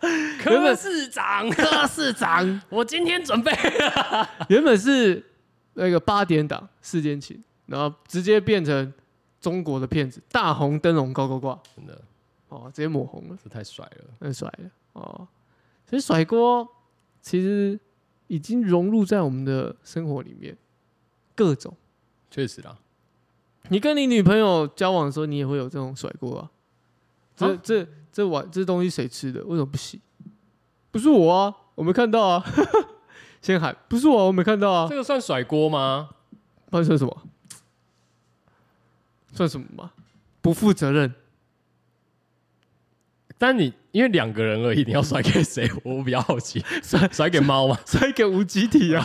[SPEAKER 2] 原本
[SPEAKER 1] 柯市 (laughs) 长，
[SPEAKER 2] 柯市长
[SPEAKER 1] 我今天准备
[SPEAKER 2] 原本是那个八点档世间情，然后直接变成中国的骗子，大红灯笼高高挂，
[SPEAKER 1] 真的，
[SPEAKER 2] 哦，直接抹红了，
[SPEAKER 1] 这太帅了。
[SPEAKER 2] 很甩了，哦，所以甩锅其实已经融入在我们的生活里面，各种。
[SPEAKER 1] 确实啦，
[SPEAKER 2] 你跟你女朋友交往的时候，你也会有这种甩锅啊？这、
[SPEAKER 1] 啊
[SPEAKER 2] 这这碗这东西谁吃的？为什么不洗？不是我啊，我没看到啊。 (laughs) 先喊不是我啊、我没看到啊
[SPEAKER 1] 这。个算甩锅吗？
[SPEAKER 2] 那算什么？算什么嘛？不负责任。 (laughs)
[SPEAKER 1] 但你因为两个人而已，你要甩给 (laughs) 谁？我比较好奇，甩甩给猫 (laughs) 吗？
[SPEAKER 2] 摔给无集体
[SPEAKER 1] (laughs)
[SPEAKER 2] 啊！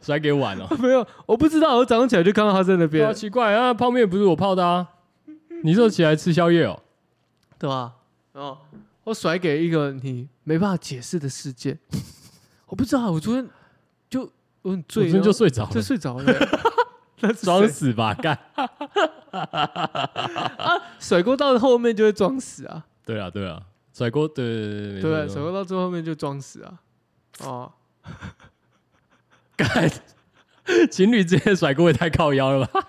[SPEAKER 1] 甩给碗哦？
[SPEAKER 2] 没有，我不知道。我早上起来就看到他在那
[SPEAKER 1] 对啊，
[SPEAKER 2] 边，
[SPEAKER 1] 奇怪啊，泡面不是我泡的啊，你是有起来吃宵夜哦？
[SPEAKER 2] 对吧？然后我甩给一个你没办法解释的事件。 (laughs) 我不知道，啊我昨天就我很
[SPEAKER 1] 我
[SPEAKER 2] 醉，
[SPEAKER 1] 真的就
[SPEAKER 2] 然后
[SPEAKER 1] 睡着
[SPEAKER 2] 就
[SPEAKER 1] 了，
[SPEAKER 2] 睡着了。 (laughs) 那是
[SPEAKER 1] 装
[SPEAKER 2] 谁
[SPEAKER 1] 死 (laughs) 吧，干！
[SPEAKER 2] 甩锅到后面就会装死啊，
[SPEAKER 1] 对啊，对啊，甩锅，对对对啊
[SPEAKER 2] 对
[SPEAKER 1] 对
[SPEAKER 2] 不对？甩锅到最后面就装死啊，哦，
[SPEAKER 1] 干！情侣之间甩锅也太靠腰了吧？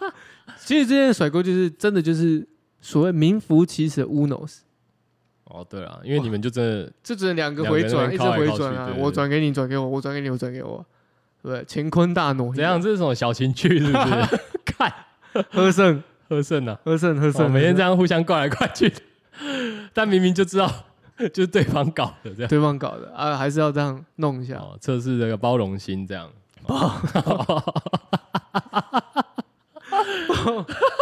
[SPEAKER 2] 其实这件甩锅就是真的就是所谓名副其实的 unos，
[SPEAKER 1] (laughs) 哦，对啊，因为你们就真的
[SPEAKER 2] 就只能两个回转，一
[SPEAKER 1] 两个人
[SPEAKER 2] 直
[SPEAKER 1] 靠来靠
[SPEAKER 2] 回
[SPEAKER 1] 去
[SPEAKER 2] 转啊
[SPEAKER 1] 对，对
[SPEAKER 2] 我转给你，转给我，我转给你，我转给我，对不对？乾坤大挪移，
[SPEAKER 1] 怎样？这是什么小情趣是不 (laughs) 是？看
[SPEAKER 2] 喝胜
[SPEAKER 1] 喝胜啊，
[SPEAKER 2] 喝胜喝
[SPEAKER 1] 哦
[SPEAKER 2] 胜，
[SPEAKER 1] 每天这
[SPEAKER 2] 样，
[SPEAKER 1] 样互相怪来怪去， (laughs) 但明明就知道 (laughs) 就是对方搞的这样。
[SPEAKER 2] 对方搞的啊，还是要这样弄一下，
[SPEAKER 1] 哦，测试这个包容心这样。
[SPEAKER 2] (laughs)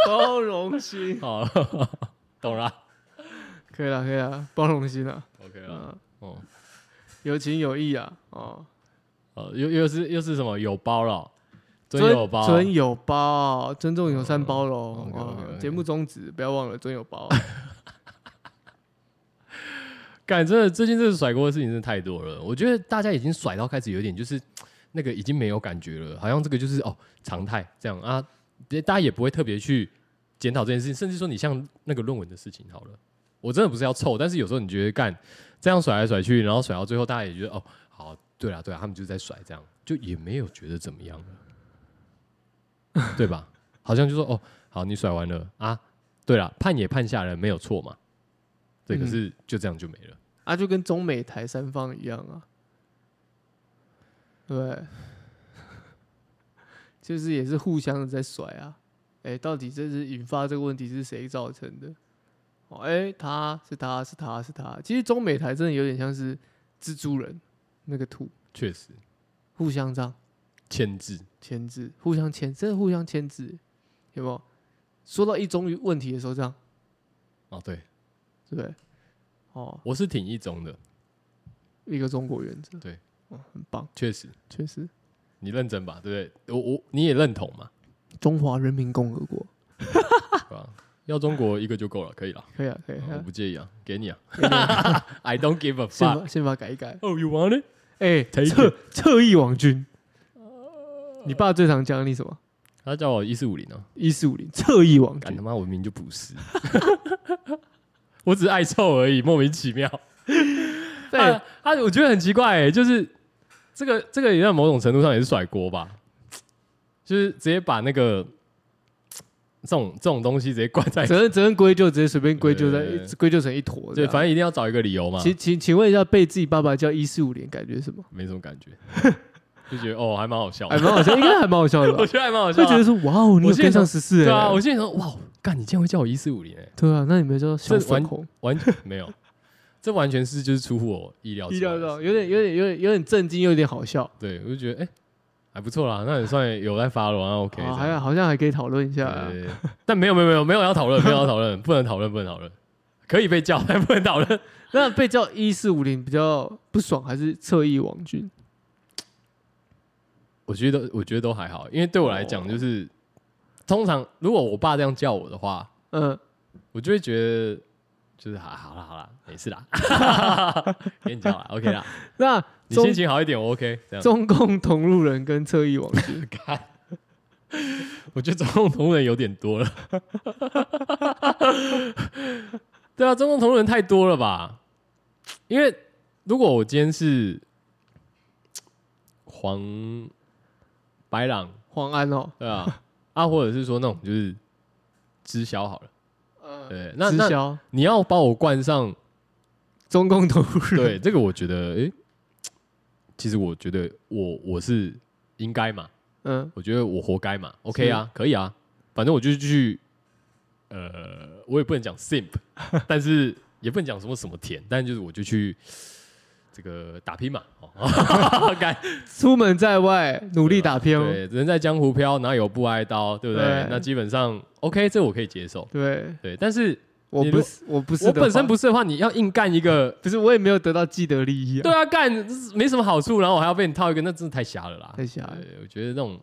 [SPEAKER 2] 包容心，
[SPEAKER 1] 哦， (laughs) 懂了
[SPEAKER 2] 可以了可以了，包容心啊，
[SPEAKER 1] ，OK 了。
[SPEAKER 2] 嗯，
[SPEAKER 1] 哦，
[SPEAKER 2] 有情有义啊，哦，
[SPEAKER 1] 哦，又又是又是什么有包了哦？真
[SPEAKER 2] 尊
[SPEAKER 1] 有包，
[SPEAKER 2] 尊有包，尊重友善包容。
[SPEAKER 1] 哦
[SPEAKER 2] 哦
[SPEAKER 1] OK，OK，OK
[SPEAKER 2] 节目宗旨不要忘了尊有 (laughs) 包。
[SPEAKER 1] (laughs) 感真的最近这个甩锅的事情真的太多了，我觉得大家已经甩到开始有点就是那个已经没有感觉了，好像这个就是哦常态这样啊，别大家也不会特别去检讨这件事情，甚至说你像那个论文的事情好了，我真的不是要臭，但是有时候你觉得干这样甩来甩去，然后甩到最后大家也觉得哦好对啦对啦，他们就是在甩这样，就也没有觉得怎么样了，对吧？好像就说哦好你甩完了啊，对了判也判下来了没有错嘛，对，可是就这样就没了。
[SPEAKER 2] 啊，就跟中美台三方一样啊，对不对， (laughs) 就是也是互相的在甩啊。哎，到底这是引发这个问题是谁造成的？哦，哎，他是他是他是他。其实中美台真的有点像是蜘蛛人那个图，
[SPEAKER 1] 确实
[SPEAKER 2] 互相这样
[SPEAKER 1] 牵制，
[SPEAKER 2] 牵制，互相牵，真的互相牵制，有没有？说到一中于问题的时候，这样
[SPEAKER 1] 哦，对，
[SPEAKER 2] 对不对？哦，
[SPEAKER 1] 我是挺一中的，
[SPEAKER 2] 一个中国原则，
[SPEAKER 1] 对，
[SPEAKER 2] 哦，很棒，
[SPEAKER 1] 确实，
[SPEAKER 2] 确实，
[SPEAKER 1] 你认真吧，对不对？我我你也认同嘛，
[SPEAKER 2] 中华人民共和国，
[SPEAKER 1] 对
[SPEAKER 2] 啊
[SPEAKER 1] 吧？要中国一个就够了，可以了，
[SPEAKER 2] 可以啊，可以
[SPEAKER 1] 嗯我
[SPEAKER 2] 啊，
[SPEAKER 1] 不介意啊，给你啊
[SPEAKER 2] 给你啊
[SPEAKER 1] (laughs) ，I don't give
[SPEAKER 2] (laughs)
[SPEAKER 1] a
[SPEAKER 2] 宪
[SPEAKER 1] fuck。
[SPEAKER 2] 法宪法改一改，
[SPEAKER 1] Oh, you want it？
[SPEAKER 2] 哎，
[SPEAKER 1] Take
[SPEAKER 2] 侧侧翼网军，你爸最常讲你什么？
[SPEAKER 1] 他叫我一四五零啊，
[SPEAKER 2] 一四五零侧翼网
[SPEAKER 1] 干他
[SPEAKER 2] 军，
[SPEAKER 1] 妈，我明明就不是， (laughs) 我只是爱臭而已，莫名其妙。
[SPEAKER 2] (laughs) 对，
[SPEAKER 1] 啊，啊我觉得很奇怪、欸，就是这个这个也在某种程度上也是甩锅吧，就是直接把那个这种这种东西直接灌在
[SPEAKER 2] 责任责任归咎，直接随便归咎在
[SPEAKER 1] 对对对
[SPEAKER 2] 归咎成一坨这
[SPEAKER 1] 对，
[SPEAKER 2] 样，
[SPEAKER 1] 反正一定要找一个理由嘛。
[SPEAKER 2] 请请请问一下，被自己爸爸叫一四五零，感觉什么？
[SPEAKER 1] 没什么感觉，就觉得哦，还蛮好笑的
[SPEAKER 2] 还蛮好笑，应该还蛮好笑
[SPEAKER 1] (laughs)
[SPEAKER 2] 的吧
[SPEAKER 1] 我？觉得还蛮好笑
[SPEAKER 2] 会
[SPEAKER 1] 的、啊
[SPEAKER 2] 觉得说哇哦，你
[SPEAKER 1] 我
[SPEAKER 2] 有
[SPEAKER 1] 现在
[SPEAKER 2] 跟
[SPEAKER 1] 想
[SPEAKER 2] 上十四哎，
[SPEAKER 1] 对啊，我心里说哇，干，你竟然会叫我一四五零哎，
[SPEAKER 2] 对啊，那你们叫小
[SPEAKER 1] 这
[SPEAKER 2] 粉红，
[SPEAKER 1] 完全没有，这完全是就是出乎我意料之
[SPEAKER 2] 意
[SPEAKER 1] 外的
[SPEAKER 2] 料
[SPEAKER 1] 事，
[SPEAKER 2] 到有点有点有点有点震惊，又有点好笑，
[SPEAKER 1] 对，我就觉得哎、还不错啦，那也算有在发了，那 OK，
[SPEAKER 2] 啊，
[SPEAKER 1] 这
[SPEAKER 2] 还
[SPEAKER 1] 样
[SPEAKER 2] 好像还可以讨论一下啊，
[SPEAKER 1] 对对对但没有没有没有没有要讨论，没有要讨论， (laughs) 不能讨论，不能讨论，可以被叫， (laughs) 但不能讨论。
[SPEAKER 2] 那被叫一四五零比较不爽，还是侧翼网军？
[SPEAKER 1] 我觉哦得我觉得都还好，因为对我来讲就是，通常如果我爸这样叫我的话，
[SPEAKER 2] 嗯，
[SPEAKER 1] 我就会觉得就是好好了好了，没事啦， (laughs) 跟你讲啦，OK
[SPEAKER 2] (laughs)
[SPEAKER 1] 啦，
[SPEAKER 2] 那
[SPEAKER 1] 你
[SPEAKER 2] 中
[SPEAKER 1] 心情好一点，我 OK。这样，
[SPEAKER 2] 中共同路人跟侧翼网军， (laughs)
[SPEAKER 1] 我觉得中共同路人有点多了。 (laughs) 对啊，中共同路人太多了吧？因为如果我今天是黄白狼，
[SPEAKER 2] 黄安哦，
[SPEAKER 1] 对啊，啊，或者是说那种就是知晓好了，
[SPEAKER 2] 嗯，
[SPEAKER 1] 对， (laughs) 那
[SPEAKER 2] 直
[SPEAKER 1] 那
[SPEAKER 2] 销
[SPEAKER 1] 你要把我冠上
[SPEAKER 2] 中共同路人， (laughs)
[SPEAKER 1] 对，这个我觉得，诶，其实我觉得我我是应该嘛，
[SPEAKER 2] 嗯，
[SPEAKER 1] 我觉得我活该嘛，OK 啊，可以啊，反正我就是去，呃，我也不能讲
[SPEAKER 2] (laughs)
[SPEAKER 1] simp，但是也不能讲什么什么甜，但就是我就去这个打拼嘛，哦， (laughs) 该
[SPEAKER 2] 出门在外努力打拼，哦
[SPEAKER 1] 对，啊人在江湖飘，哪有不挨刀，对不对？
[SPEAKER 2] 对
[SPEAKER 1] 那基本上 OK，这我可以接受，
[SPEAKER 2] 对，
[SPEAKER 1] 对，但是
[SPEAKER 2] 我
[SPEAKER 1] 你
[SPEAKER 2] 不
[SPEAKER 1] 如
[SPEAKER 2] 是我不是
[SPEAKER 1] 我
[SPEAKER 2] 的
[SPEAKER 1] 本身
[SPEAKER 2] 话
[SPEAKER 1] 不是的话，你要硬干一个
[SPEAKER 2] 不是我也没有得到既得利益啊，
[SPEAKER 1] 对啊，干这是没什么好处，然后我还要被你套一个，那真的太瞎了啦，
[SPEAKER 2] 太瞎了
[SPEAKER 1] 对我觉得那种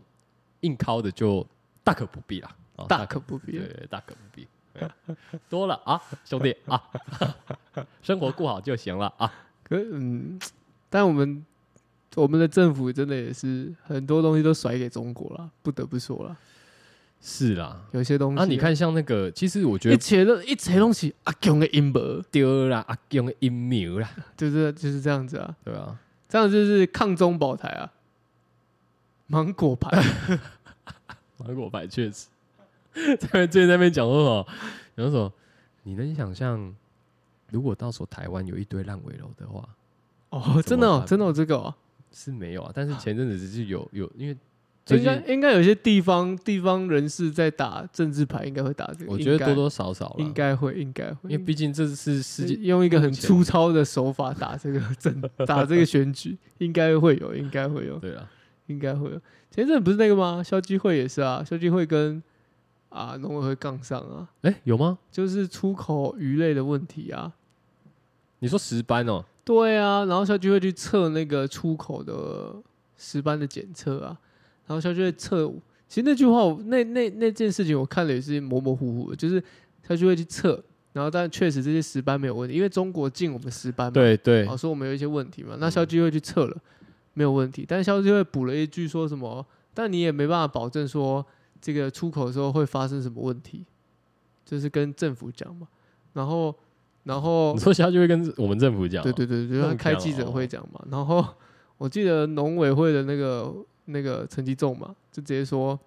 [SPEAKER 1] 硬靠的就大可不必啦，哦
[SPEAKER 2] 大可不必
[SPEAKER 1] 对，对大可不必，对多了啊，兄弟啊， (laughs) 生活过好就行了啊。
[SPEAKER 2] 可嗯，但我们我们的政府真的也是很多东西都甩给中国了，不得不说了，
[SPEAKER 1] 是啦，
[SPEAKER 2] 有些东西
[SPEAKER 1] 那、
[SPEAKER 2] 啊
[SPEAKER 1] 啊你看像那个，其实我觉
[SPEAKER 2] 一
[SPEAKER 1] 得
[SPEAKER 2] 切都一切东西阿强的阴谋，
[SPEAKER 1] 丢啦，啊，用阴谋啦，
[SPEAKER 2] 就是就是这样子啊，
[SPEAKER 1] (laughs) 对啊，
[SPEAKER 2] 这样就是抗中保台啊，芒果牌
[SPEAKER 1] 芒果牌确实， (laughs) 在那最近在那边讲说什么，有什么，你能想象，如果到时候台湾有一堆烂尾楼的话， (laughs)
[SPEAKER 2] 哦，真的、哦、真的有这个哦，
[SPEAKER 1] 是没有啊，但是前阵子是有有，因为最
[SPEAKER 2] 应该
[SPEAKER 1] 近
[SPEAKER 2] 应该有些地方地方人士在打政治牌，应该会打这个，
[SPEAKER 1] 我觉
[SPEAKER 2] 应该
[SPEAKER 1] 得多多少少
[SPEAKER 2] 应
[SPEAKER 1] 了，
[SPEAKER 2] 该会应该会，
[SPEAKER 1] 因为毕竟这是世界，
[SPEAKER 2] 嗯用一个很
[SPEAKER 1] 目前
[SPEAKER 2] 粗糙的手法打这个政打这个选举，应该会有，应该会有，
[SPEAKER 1] 对啊了，
[SPEAKER 2] 应该会有。前阵子不是那个吗？消基会也是啊，消基会跟啊农委会杠上啊，
[SPEAKER 1] 哎，有吗？
[SPEAKER 2] 就是出口鱼类的问题啊。
[SPEAKER 1] 你说石斑哦，
[SPEAKER 2] 对啊，然后消基会去测那个出口的石斑的检测啊，然后消基会测，其实那句话我那那那件事情我看了也是模模糊糊的，就是消基会去测，然后但确实这些石斑没有问题，因为中国进我们石斑嘛，
[SPEAKER 1] 对对
[SPEAKER 2] 哦，说我们有一些问题嘛，那
[SPEAKER 1] 嗯
[SPEAKER 2] 消基会去测了，没有问题，但是消基会补了一句说什么，但你也没办法保证说这个出口的时候会发生什么问题，就是跟政府讲嘛，然后然后
[SPEAKER 1] (laughs) 你说下就会跟我们政府讲，
[SPEAKER 2] 对，对对，就是
[SPEAKER 1] 那
[SPEAKER 2] 他
[SPEAKER 1] 么
[SPEAKER 2] 开
[SPEAKER 1] 强
[SPEAKER 2] 记者
[SPEAKER 1] 哦
[SPEAKER 2] 会讲嘛。然后我记得农委会的那个那个陈吉仲嘛，就直接说，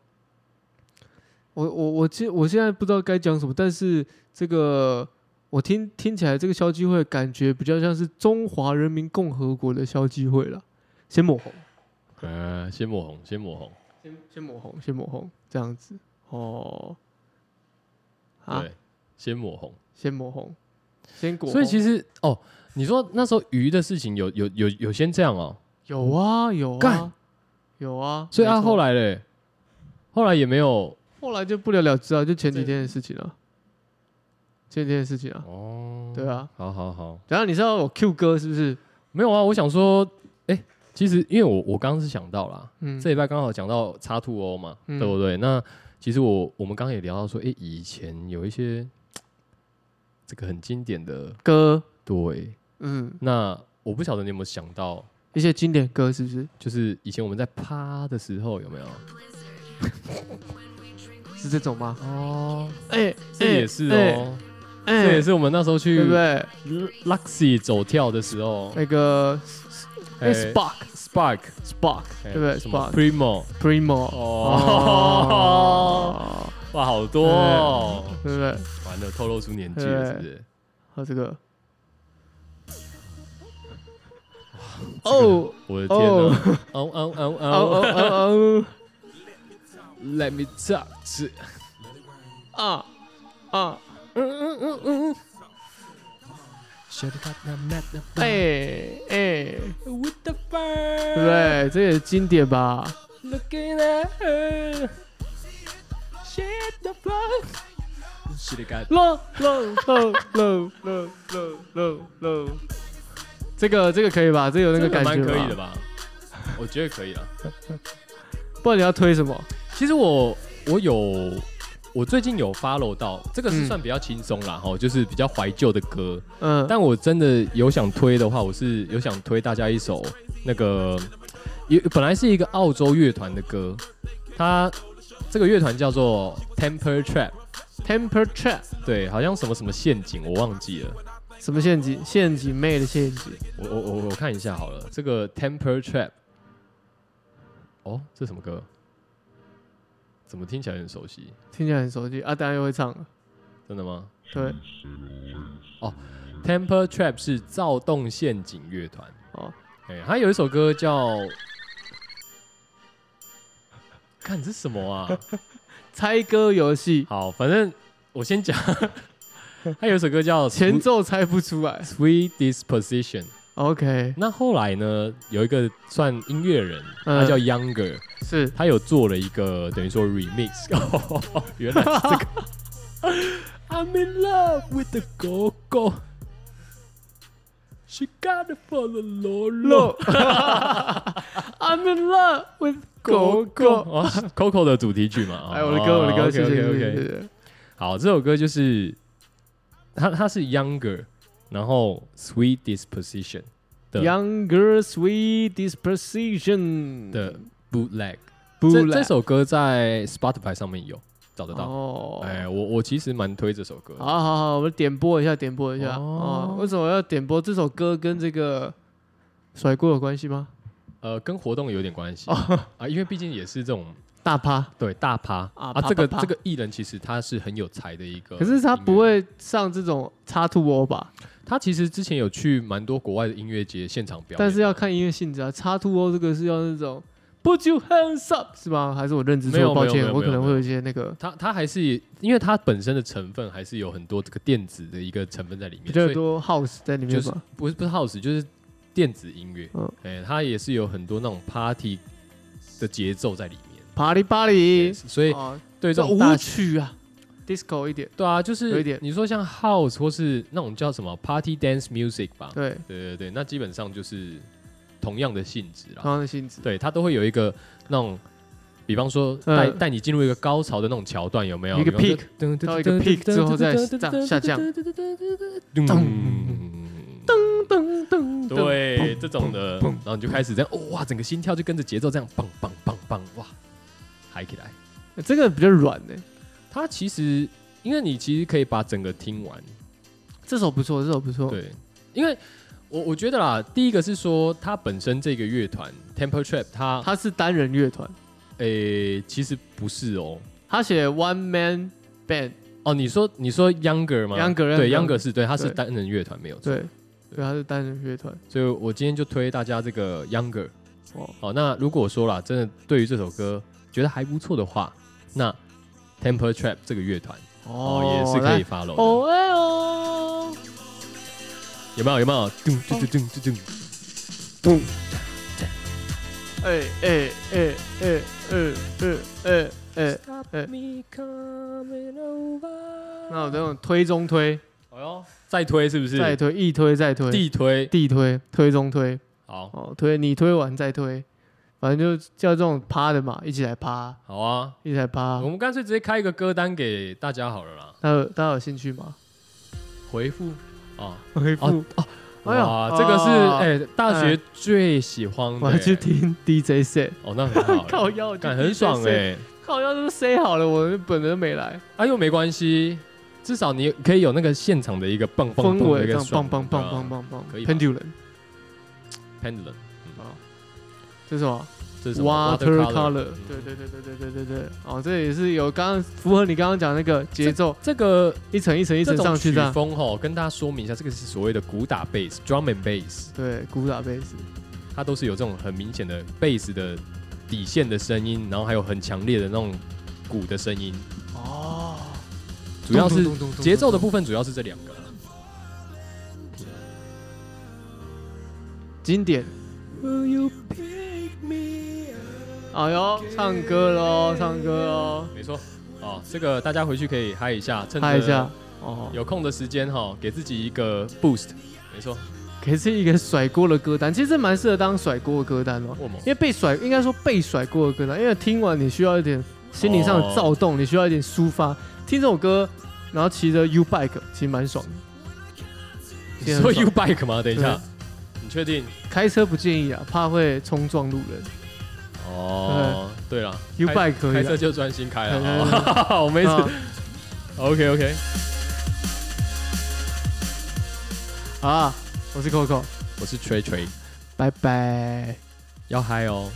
[SPEAKER 2] 我我我现我现在不知道该讲什么，但是这个我听听起来这个消基会感觉比较像是中华人民共和国的消基会了，先抹红，
[SPEAKER 1] 呃，先抹红，先抹红，
[SPEAKER 2] 先先抹红，先抹红这样子哦，啊，
[SPEAKER 1] 对，先抹红。
[SPEAKER 2] 先抹红，先裹红，
[SPEAKER 1] 所以其实哦，你说那时候鱼的事情有有有有先这样哦，
[SPEAKER 2] 有啊有
[SPEAKER 1] 干
[SPEAKER 2] 啊有啊，
[SPEAKER 1] 所以啊
[SPEAKER 2] 没错
[SPEAKER 1] 后来嘞，后来也没有
[SPEAKER 2] 后来就不了了之啊，就前几天的事情啊，前几天的事情啊，
[SPEAKER 1] 哦，
[SPEAKER 2] 对，啊。
[SPEAKER 1] 好好好，
[SPEAKER 2] 然后你知道我 Q 哥是不是？
[SPEAKER 1] 没有啊，我想说，哎，其实因为我我刚刚是想到啦，
[SPEAKER 2] 嗯，
[SPEAKER 1] 这礼拜刚好讲到叉 two O 嘛，
[SPEAKER 2] 嗯
[SPEAKER 1] 对不对？那其实我我们刚刚也聊到说，诶，以前有一些嘖这个很经典的
[SPEAKER 2] 歌，
[SPEAKER 1] 对，
[SPEAKER 2] 嗯，
[SPEAKER 1] 那我不晓得你有没有想到，
[SPEAKER 2] 一些经典歌是不是？
[SPEAKER 1] 就是以前我们在趴的时候有没有？
[SPEAKER 2] 是这种吗？
[SPEAKER 1] 哦，
[SPEAKER 2] 哎，
[SPEAKER 1] 这也是
[SPEAKER 2] 哎，
[SPEAKER 1] 哦，
[SPEAKER 2] 哎
[SPEAKER 1] 这也，是我们那时候去
[SPEAKER 2] 对不对？
[SPEAKER 1] Luxy 走跳的时候，
[SPEAKER 2] 那个哎
[SPEAKER 1] 哎
[SPEAKER 2] Spark
[SPEAKER 1] Spark，
[SPEAKER 2] Spark
[SPEAKER 1] 对
[SPEAKER 2] 对不对
[SPEAKER 1] 什么
[SPEAKER 2] ？Spark
[SPEAKER 1] Primo，
[SPEAKER 2] Primo
[SPEAKER 1] 哦，，哇，好多哦，
[SPEAKER 2] 对不对？
[SPEAKER 1] 完了，透露出年纪
[SPEAKER 2] 哎
[SPEAKER 1] 了，是不是？
[SPEAKER 2] 还有这个
[SPEAKER 1] 个
[SPEAKER 2] 哦
[SPEAKER 1] 我的天
[SPEAKER 2] 哦
[SPEAKER 1] 哪！哦哦哦
[SPEAKER 2] 哦哦
[SPEAKER 1] 哦
[SPEAKER 2] 哦
[SPEAKER 1] ！Let me touch，
[SPEAKER 2] 哦啊啊嗯嗯嗯嗯。哎哎，
[SPEAKER 1] ，With the
[SPEAKER 2] 对不
[SPEAKER 1] fire，
[SPEAKER 2] 对？这也是经典吧？
[SPEAKER 1] ，Looking at her，Shit the fuck，是的，干，
[SPEAKER 2] low low low low low low low low，这个这个可以吧？这个有那个感
[SPEAKER 1] 蛮
[SPEAKER 2] 觉
[SPEAKER 1] 可以的吧？我觉得可以了。
[SPEAKER 2] 不然你要推什么？
[SPEAKER 1] 其实我我有我最近有 follow 到，这个是
[SPEAKER 2] 嗯
[SPEAKER 1] 算比较轻松啦，哈、就是比较怀旧的歌。
[SPEAKER 2] 嗯，
[SPEAKER 1] 但我真的有想推的话，我是有想推大家一首那个，也本来是一个澳洲乐团的歌，它这个乐团叫做 Temper Trap，
[SPEAKER 2] Temper Trap
[SPEAKER 1] 对，好像什么什么陷阱，我忘记了。
[SPEAKER 2] 什么陷阱？陷阱妹的陷阱，
[SPEAKER 1] 我我我我看一下好了，这个 Temper Trap，哦，这什么歌？怎么听起来很熟悉？
[SPEAKER 2] 听起来很熟悉啊，当然又会唱了。
[SPEAKER 1] 真的吗
[SPEAKER 2] 对，
[SPEAKER 1] ？Temper Trap 是躁动陷阱乐团，
[SPEAKER 2] 哦，
[SPEAKER 1] 哎、他有一首歌叫，看这是什么啊？
[SPEAKER 2] 猜歌游戏
[SPEAKER 1] 好，反正我先讲，他有一首歌叫《
[SPEAKER 2] 前
[SPEAKER 1] Sweet
[SPEAKER 2] 奏猜不出来。
[SPEAKER 1] Sweet Disposition》。
[SPEAKER 2] OK，
[SPEAKER 1] 那后来呢，有一个算音乐人，他
[SPEAKER 2] 嗯
[SPEAKER 1] 叫 Younger，、
[SPEAKER 2] 是
[SPEAKER 1] 他有做了一个等于说 remix，哦， (laughs) 原来是这个。I'm in love with the go go. She got it for the Lolo.
[SPEAKER 2] Low。I'm in love with 狗狗。
[SPEAKER 1] (laughs) 哦是 Coco 的主题曲嘛？哦
[SPEAKER 2] 哎，我的歌，我的
[SPEAKER 1] 哦
[SPEAKER 2] 歌，
[SPEAKER 1] ，OK，
[SPEAKER 2] 谢谢
[SPEAKER 1] OK，
[SPEAKER 2] 谢
[SPEAKER 1] OK
[SPEAKER 2] 谢。谢谢
[SPEAKER 1] 好，这首歌就是它，它是 Younger，然后 Sweet Disposition 的
[SPEAKER 2] Younger Sweet Disposition
[SPEAKER 1] 的 Bootleg。这
[SPEAKER 2] 嗯 Bootleg
[SPEAKER 1] 这首歌在 Spotify 上面有找得到。
[SPEAKER 2] 哦，
[SPEAKER 1] 哎，我我其实蛮推这首歌的。
[SPEAKER 2] 好好好，我们点播一下，点播一下。
[SPEAKER 1] 哦
[SPEAKER 2] 哦，为什么要点播这首歌？跟这个甩锅有关系吗？
[SPEAKER 1] 呃，跟活动有点关系啊，因为毕竟也是这种
[SPEAKER 2] 大趴，
[SPEAKER 1] 对大趴
[SPEAKER 2] 哦啊
[SPEAKER 1] 啊，
[SPEAKER 2] 啪
[SPEAKER 1] 这个
[SPEAKER 2] 啪啪
[SPEAKER 1] 这个艺人其实他是很有才的一个，
[SPEAKER 2] 可是他不，会上这种插图欧吧？
[SPEAKER 1] 他其实之前有去蛮多国外的音乐节现场表演，
[SPEAKER 2] 但是要看音乐性质啊。插图欧这个是要那种 Put your hands up 是吧？还是我认知
[SPEAKER 1] 没有
[SPEAKER 2] 错？抱
[SPEAKER 1] 没有没
[SPEAKER 2] 歉，
[SPEAKER 1] 有
[SPEAKER 2] 我可
[SPEAKER 1] 没有
[SPEAKER 2] 能
[SPEAKER 1] 没
[SPEAKER 2] 会
[SPEAKER 1] 有
[SPEAKER 2] 有一些那个
[SPEAKER 1] 它它还是因为它本身的成分还是有很多这个电子的一个成分在里面，
[SPEAKER 2] 比较
[SPEAKER 1] 所以
[SPEAKER 2] 多 house 在里
[SPEAKER 1] 就
[SPEAKER 2] 面
[SPEAKER 1] 是
[SPEAKER 2] 吧。
[SPEAKER 1] 不是不是 house 就是电子音乐，
[SPEAKER 2] 嗯
[SPEAKER 1] 哎、它也是有很多那种 party 的节奏在里面，
[SPEAKER 2] Party Party，
[SPEAKER 1] Yes，所以
[SPEAKER 2] 哦，
[SPEAKER 1] 对这
[SPEAKER 2] 这
[SPEAKER 1] 种
[SPEAKER 2] 舞
[SPEAKER 1] 大
[SPEAKER 2] 曲啊，disco 一点，
[SPEAKER 1] 对啊，就
[SPEAKER 2] 有
[SPEAKER 1] 是
[SPEAKER 2] 一点
[SPEAKER 1] 你说像 house 或是那种叫什么 party dance music 吧，
[SPEAKER 2] 对，
[SPEAKER 1] 对对对，那基本上就是同样的性质啦，
[SPEAKER 2] 同样的性质。
[SPEAKER 1] 对，它都会有一个那种。比方说
[SPEAKER 2] 嗯
[SPEAKER 1] 带带你进入一个高潮的那种桥段，有没有？
[SPEAKER 2] 一个
[SPEAKER 1] 比方说
[SPEAKER 2] peak，
[SPEAKER 1] 噔噔
[SPEAKER 2] 到一个 peak 之后再下下降，
[SPEAKER 1] 噔
[SPEAKER 2] 咚
[SPEAKER 1] 噔
[SPEAKER 2] 噔
[SPEAKER 1] 对这种的，然后你就开始这样，哦哇，整个心跳就跟着节奏这样，棒棒棒棒，哇，嗨起来。
[SPEAKER 2] 这个比较软
[SPEAKER 1] 欸
[SPEAKER 2] 呢、
[SPEAKER 1] 它其实，因为你其实可以把整个听完，
[SPEAKER 2] 这首不错，这首不错。
[SPEAKER 1] 对，因为我我觉得啦，第一个是说它本身这个乐团 Temper Trap，它
[SPEAKER 2] 他是单人乐团，
[SPEAKER 1] 诶、其实不是哦。
[SPEAKER 2] 他写 One Man Band，
[SPEAKER 1] 哦，你说你说 Younger 吗
[SPEAKER 2] Younger，
[SPEAKER 1] 对
[SPEAKER 2] Younger
[SPEAKER 1] ，Younger 是对，它是
[SPEAKER 2] 对
[SPEAKER 1] 单人乐团没有错。
[SPEAKER 2] 对，对，他是单人乐团。
[SPEAKER 1] 所以我今天就推大家这个 Younger。
[SPEAKER 2] 哦，
[SPEAKER 1] 好，那如果说啦，真的对于这首歌觉得还不错的话，那 Temper Trap 这个乐团哦也是可以
[SPEAKER 2] 来。
[SPEAKER 1] follow 的，
[SPEAKER 2] 哦哎哦，
[SPEAKER 1] 有没有？有没有？咚咚咚咚咚咚，
[SPEAKER 2] 哎哎哎哎哎哎哎哎，那我这种推中推，
[SPEAKER 1] 哎呦，再推是不是？
[SPEAKER 2] 再推一推再推，
[SPEAKER 1] 地推，
[SPEAKER 2] 地推推中推，
[SPEAKER 1] 好，
[SPEAKER 2] 哦推你推完再推，反正就叫这种趴的嘛，一起来趴，
[SPEAKER 1] 好啊，
[SPEAKER 2] 一起来趴
[SPEAKER 1] 我。们干脆直接开一个歌单给大家好了啦。
[SPEAKER 2] 大家有大家有兴趣吗？
[SPEAKER 1] 回复啊，
[SPEAKER 2] 回
[SPEAKER 1] 复
[SPEAKER 2] 哎呦
[SPEAKER 1] 哇，这个是哎大学
[SPEAKER 2] 哎
[SPEAKER 1] 最喜欢的
[SPEAKER 2] 我还去
[SPEAKER 1] 哎，
[SPEAKER 2] 听 DJ set，
[SPEAKER 1] 哦，那很好哎，
[SPEAKER 2] (laughs) 靠腰我去
[SPEAKER 1] 感
[SPEAKER 2] DJ
[SPEAKER 1] 很爽
[SPEAKER 2] set
[SPEAKER 1] 哎。
[SPEAKER 2] 靠腰都塞好了，我本人没来。
[SPEAKER 1] 啊，又没关系，至少你可以有那个现场的一个棒棒
[SPEAKER 2] 氛
[SPEAKER 1] 棒的
[SPEAKER 2] 围
[SPEAKER 1] 一
[SPEAKER 2] 这
[SPEAKER 1] 个
[SPEAKER 2] 样
[SPEAKER 1] 爽
[SPEAKER 2] 棒棒棒棒
[SPEAKER 1] 对啊
[SPEAKER 2] 棒棒
[SPEAKER 1] 可以吧
[SPEAKER 2] ，Pendulum
[SPEAKER 1] ，Pendulum
[SPEAKER 2] 这是什么
[SPEAKER 1] 这是什么
[SPEAKER 2] Watercolor，
[SPEAKER 1] 嗯
[SPEAKER 2] 对对对对对对对对，哦，这也是有刚刚符合你刚刚讲那个节奏，
[SPEAKER 1] 这个
[SPEAKER 2] 一层一层一
[SPEAKER 1] 这
[SPEAKER 2] 层
[SPEAKER 1] 种
[SPEAKER 2] 上去
[SPEAKER 1] 曲
[SPEAKER 2] 这样，
[SPEAKER 1] 风吼，跟大家说明一下，这个是所谓的鼓打 bass、drum and bass，
[SPEAKER 2] 对，鼓打贝斯，
[SPEAKER 1] 它都是有这种很明显的 bass 的底线的声音，然后还有很强烈的那种鼓的声音，
[SPEAKER 2] 哦，
[SPEAKER 1] 主要是
[SPEAKER 2] 咚咚咚咚咚
[SPEAKER 1] 节奏的部分，主要是这两个。
[SPEAKER 2] 经典，哎呦，唱歌喽，唱歌喽，
[SPEAKER 1] 没错，哦，这个大家回去可以嗨一下，趁
[SPEAKER 2] 拍一下
[SPEAKER 1] 着，
[SPEAKER 2] 哦，
[SPEAKER 1] 有空的时间哈，给自己一个 boost。没错，
[SPEAKER 2] 可是一个甩锅的歌单，其实这蛮适合当甩锅的歌单哦，
[SPEAKER 1] 握猛
[SPEAKER 2] 因为被甩，应该说被甩过的歌单，因为听完你需要一点心灵上的
[SPEAKER 1] 哦
[SPEAKER 2] 躁动，你需要一点抒发，听这首歌，然后骑着 U bike，其实蛮爽的。
[SPEAKER 1] 你
[SPEAKER 2] 很
[SPEAKER 1] 说
[SPEAKER 2] 爽
[SPEAKER 1] U bike 吗？等一下，你确定？
[SPEAKER 2] 开车不建议啊，怕会冲撞路人。
[SPEAKER 1] 哦，对了
[SPEAKER 2] U
[SPEAKER 1] 开
[SPEAKER 2] bike 啊可以
[SPEAKER 1] 开
[SPEAKER 2] 啊，
[SPEAKER 1] 车就专心开
[SPEAKER 2] 对对
[SPEAKER 1] 了，
[SPEAKER 2] 对
[SPEAKER 1] 好 (laughs) 我没事。OK OK，
[SPEAKER 2] 啊，我是 Coco，
[SPEAKER 1] 我是锤锤，
[SPEAKER 2] 拜拜。
[SPEAKER 1] 要嗨哦。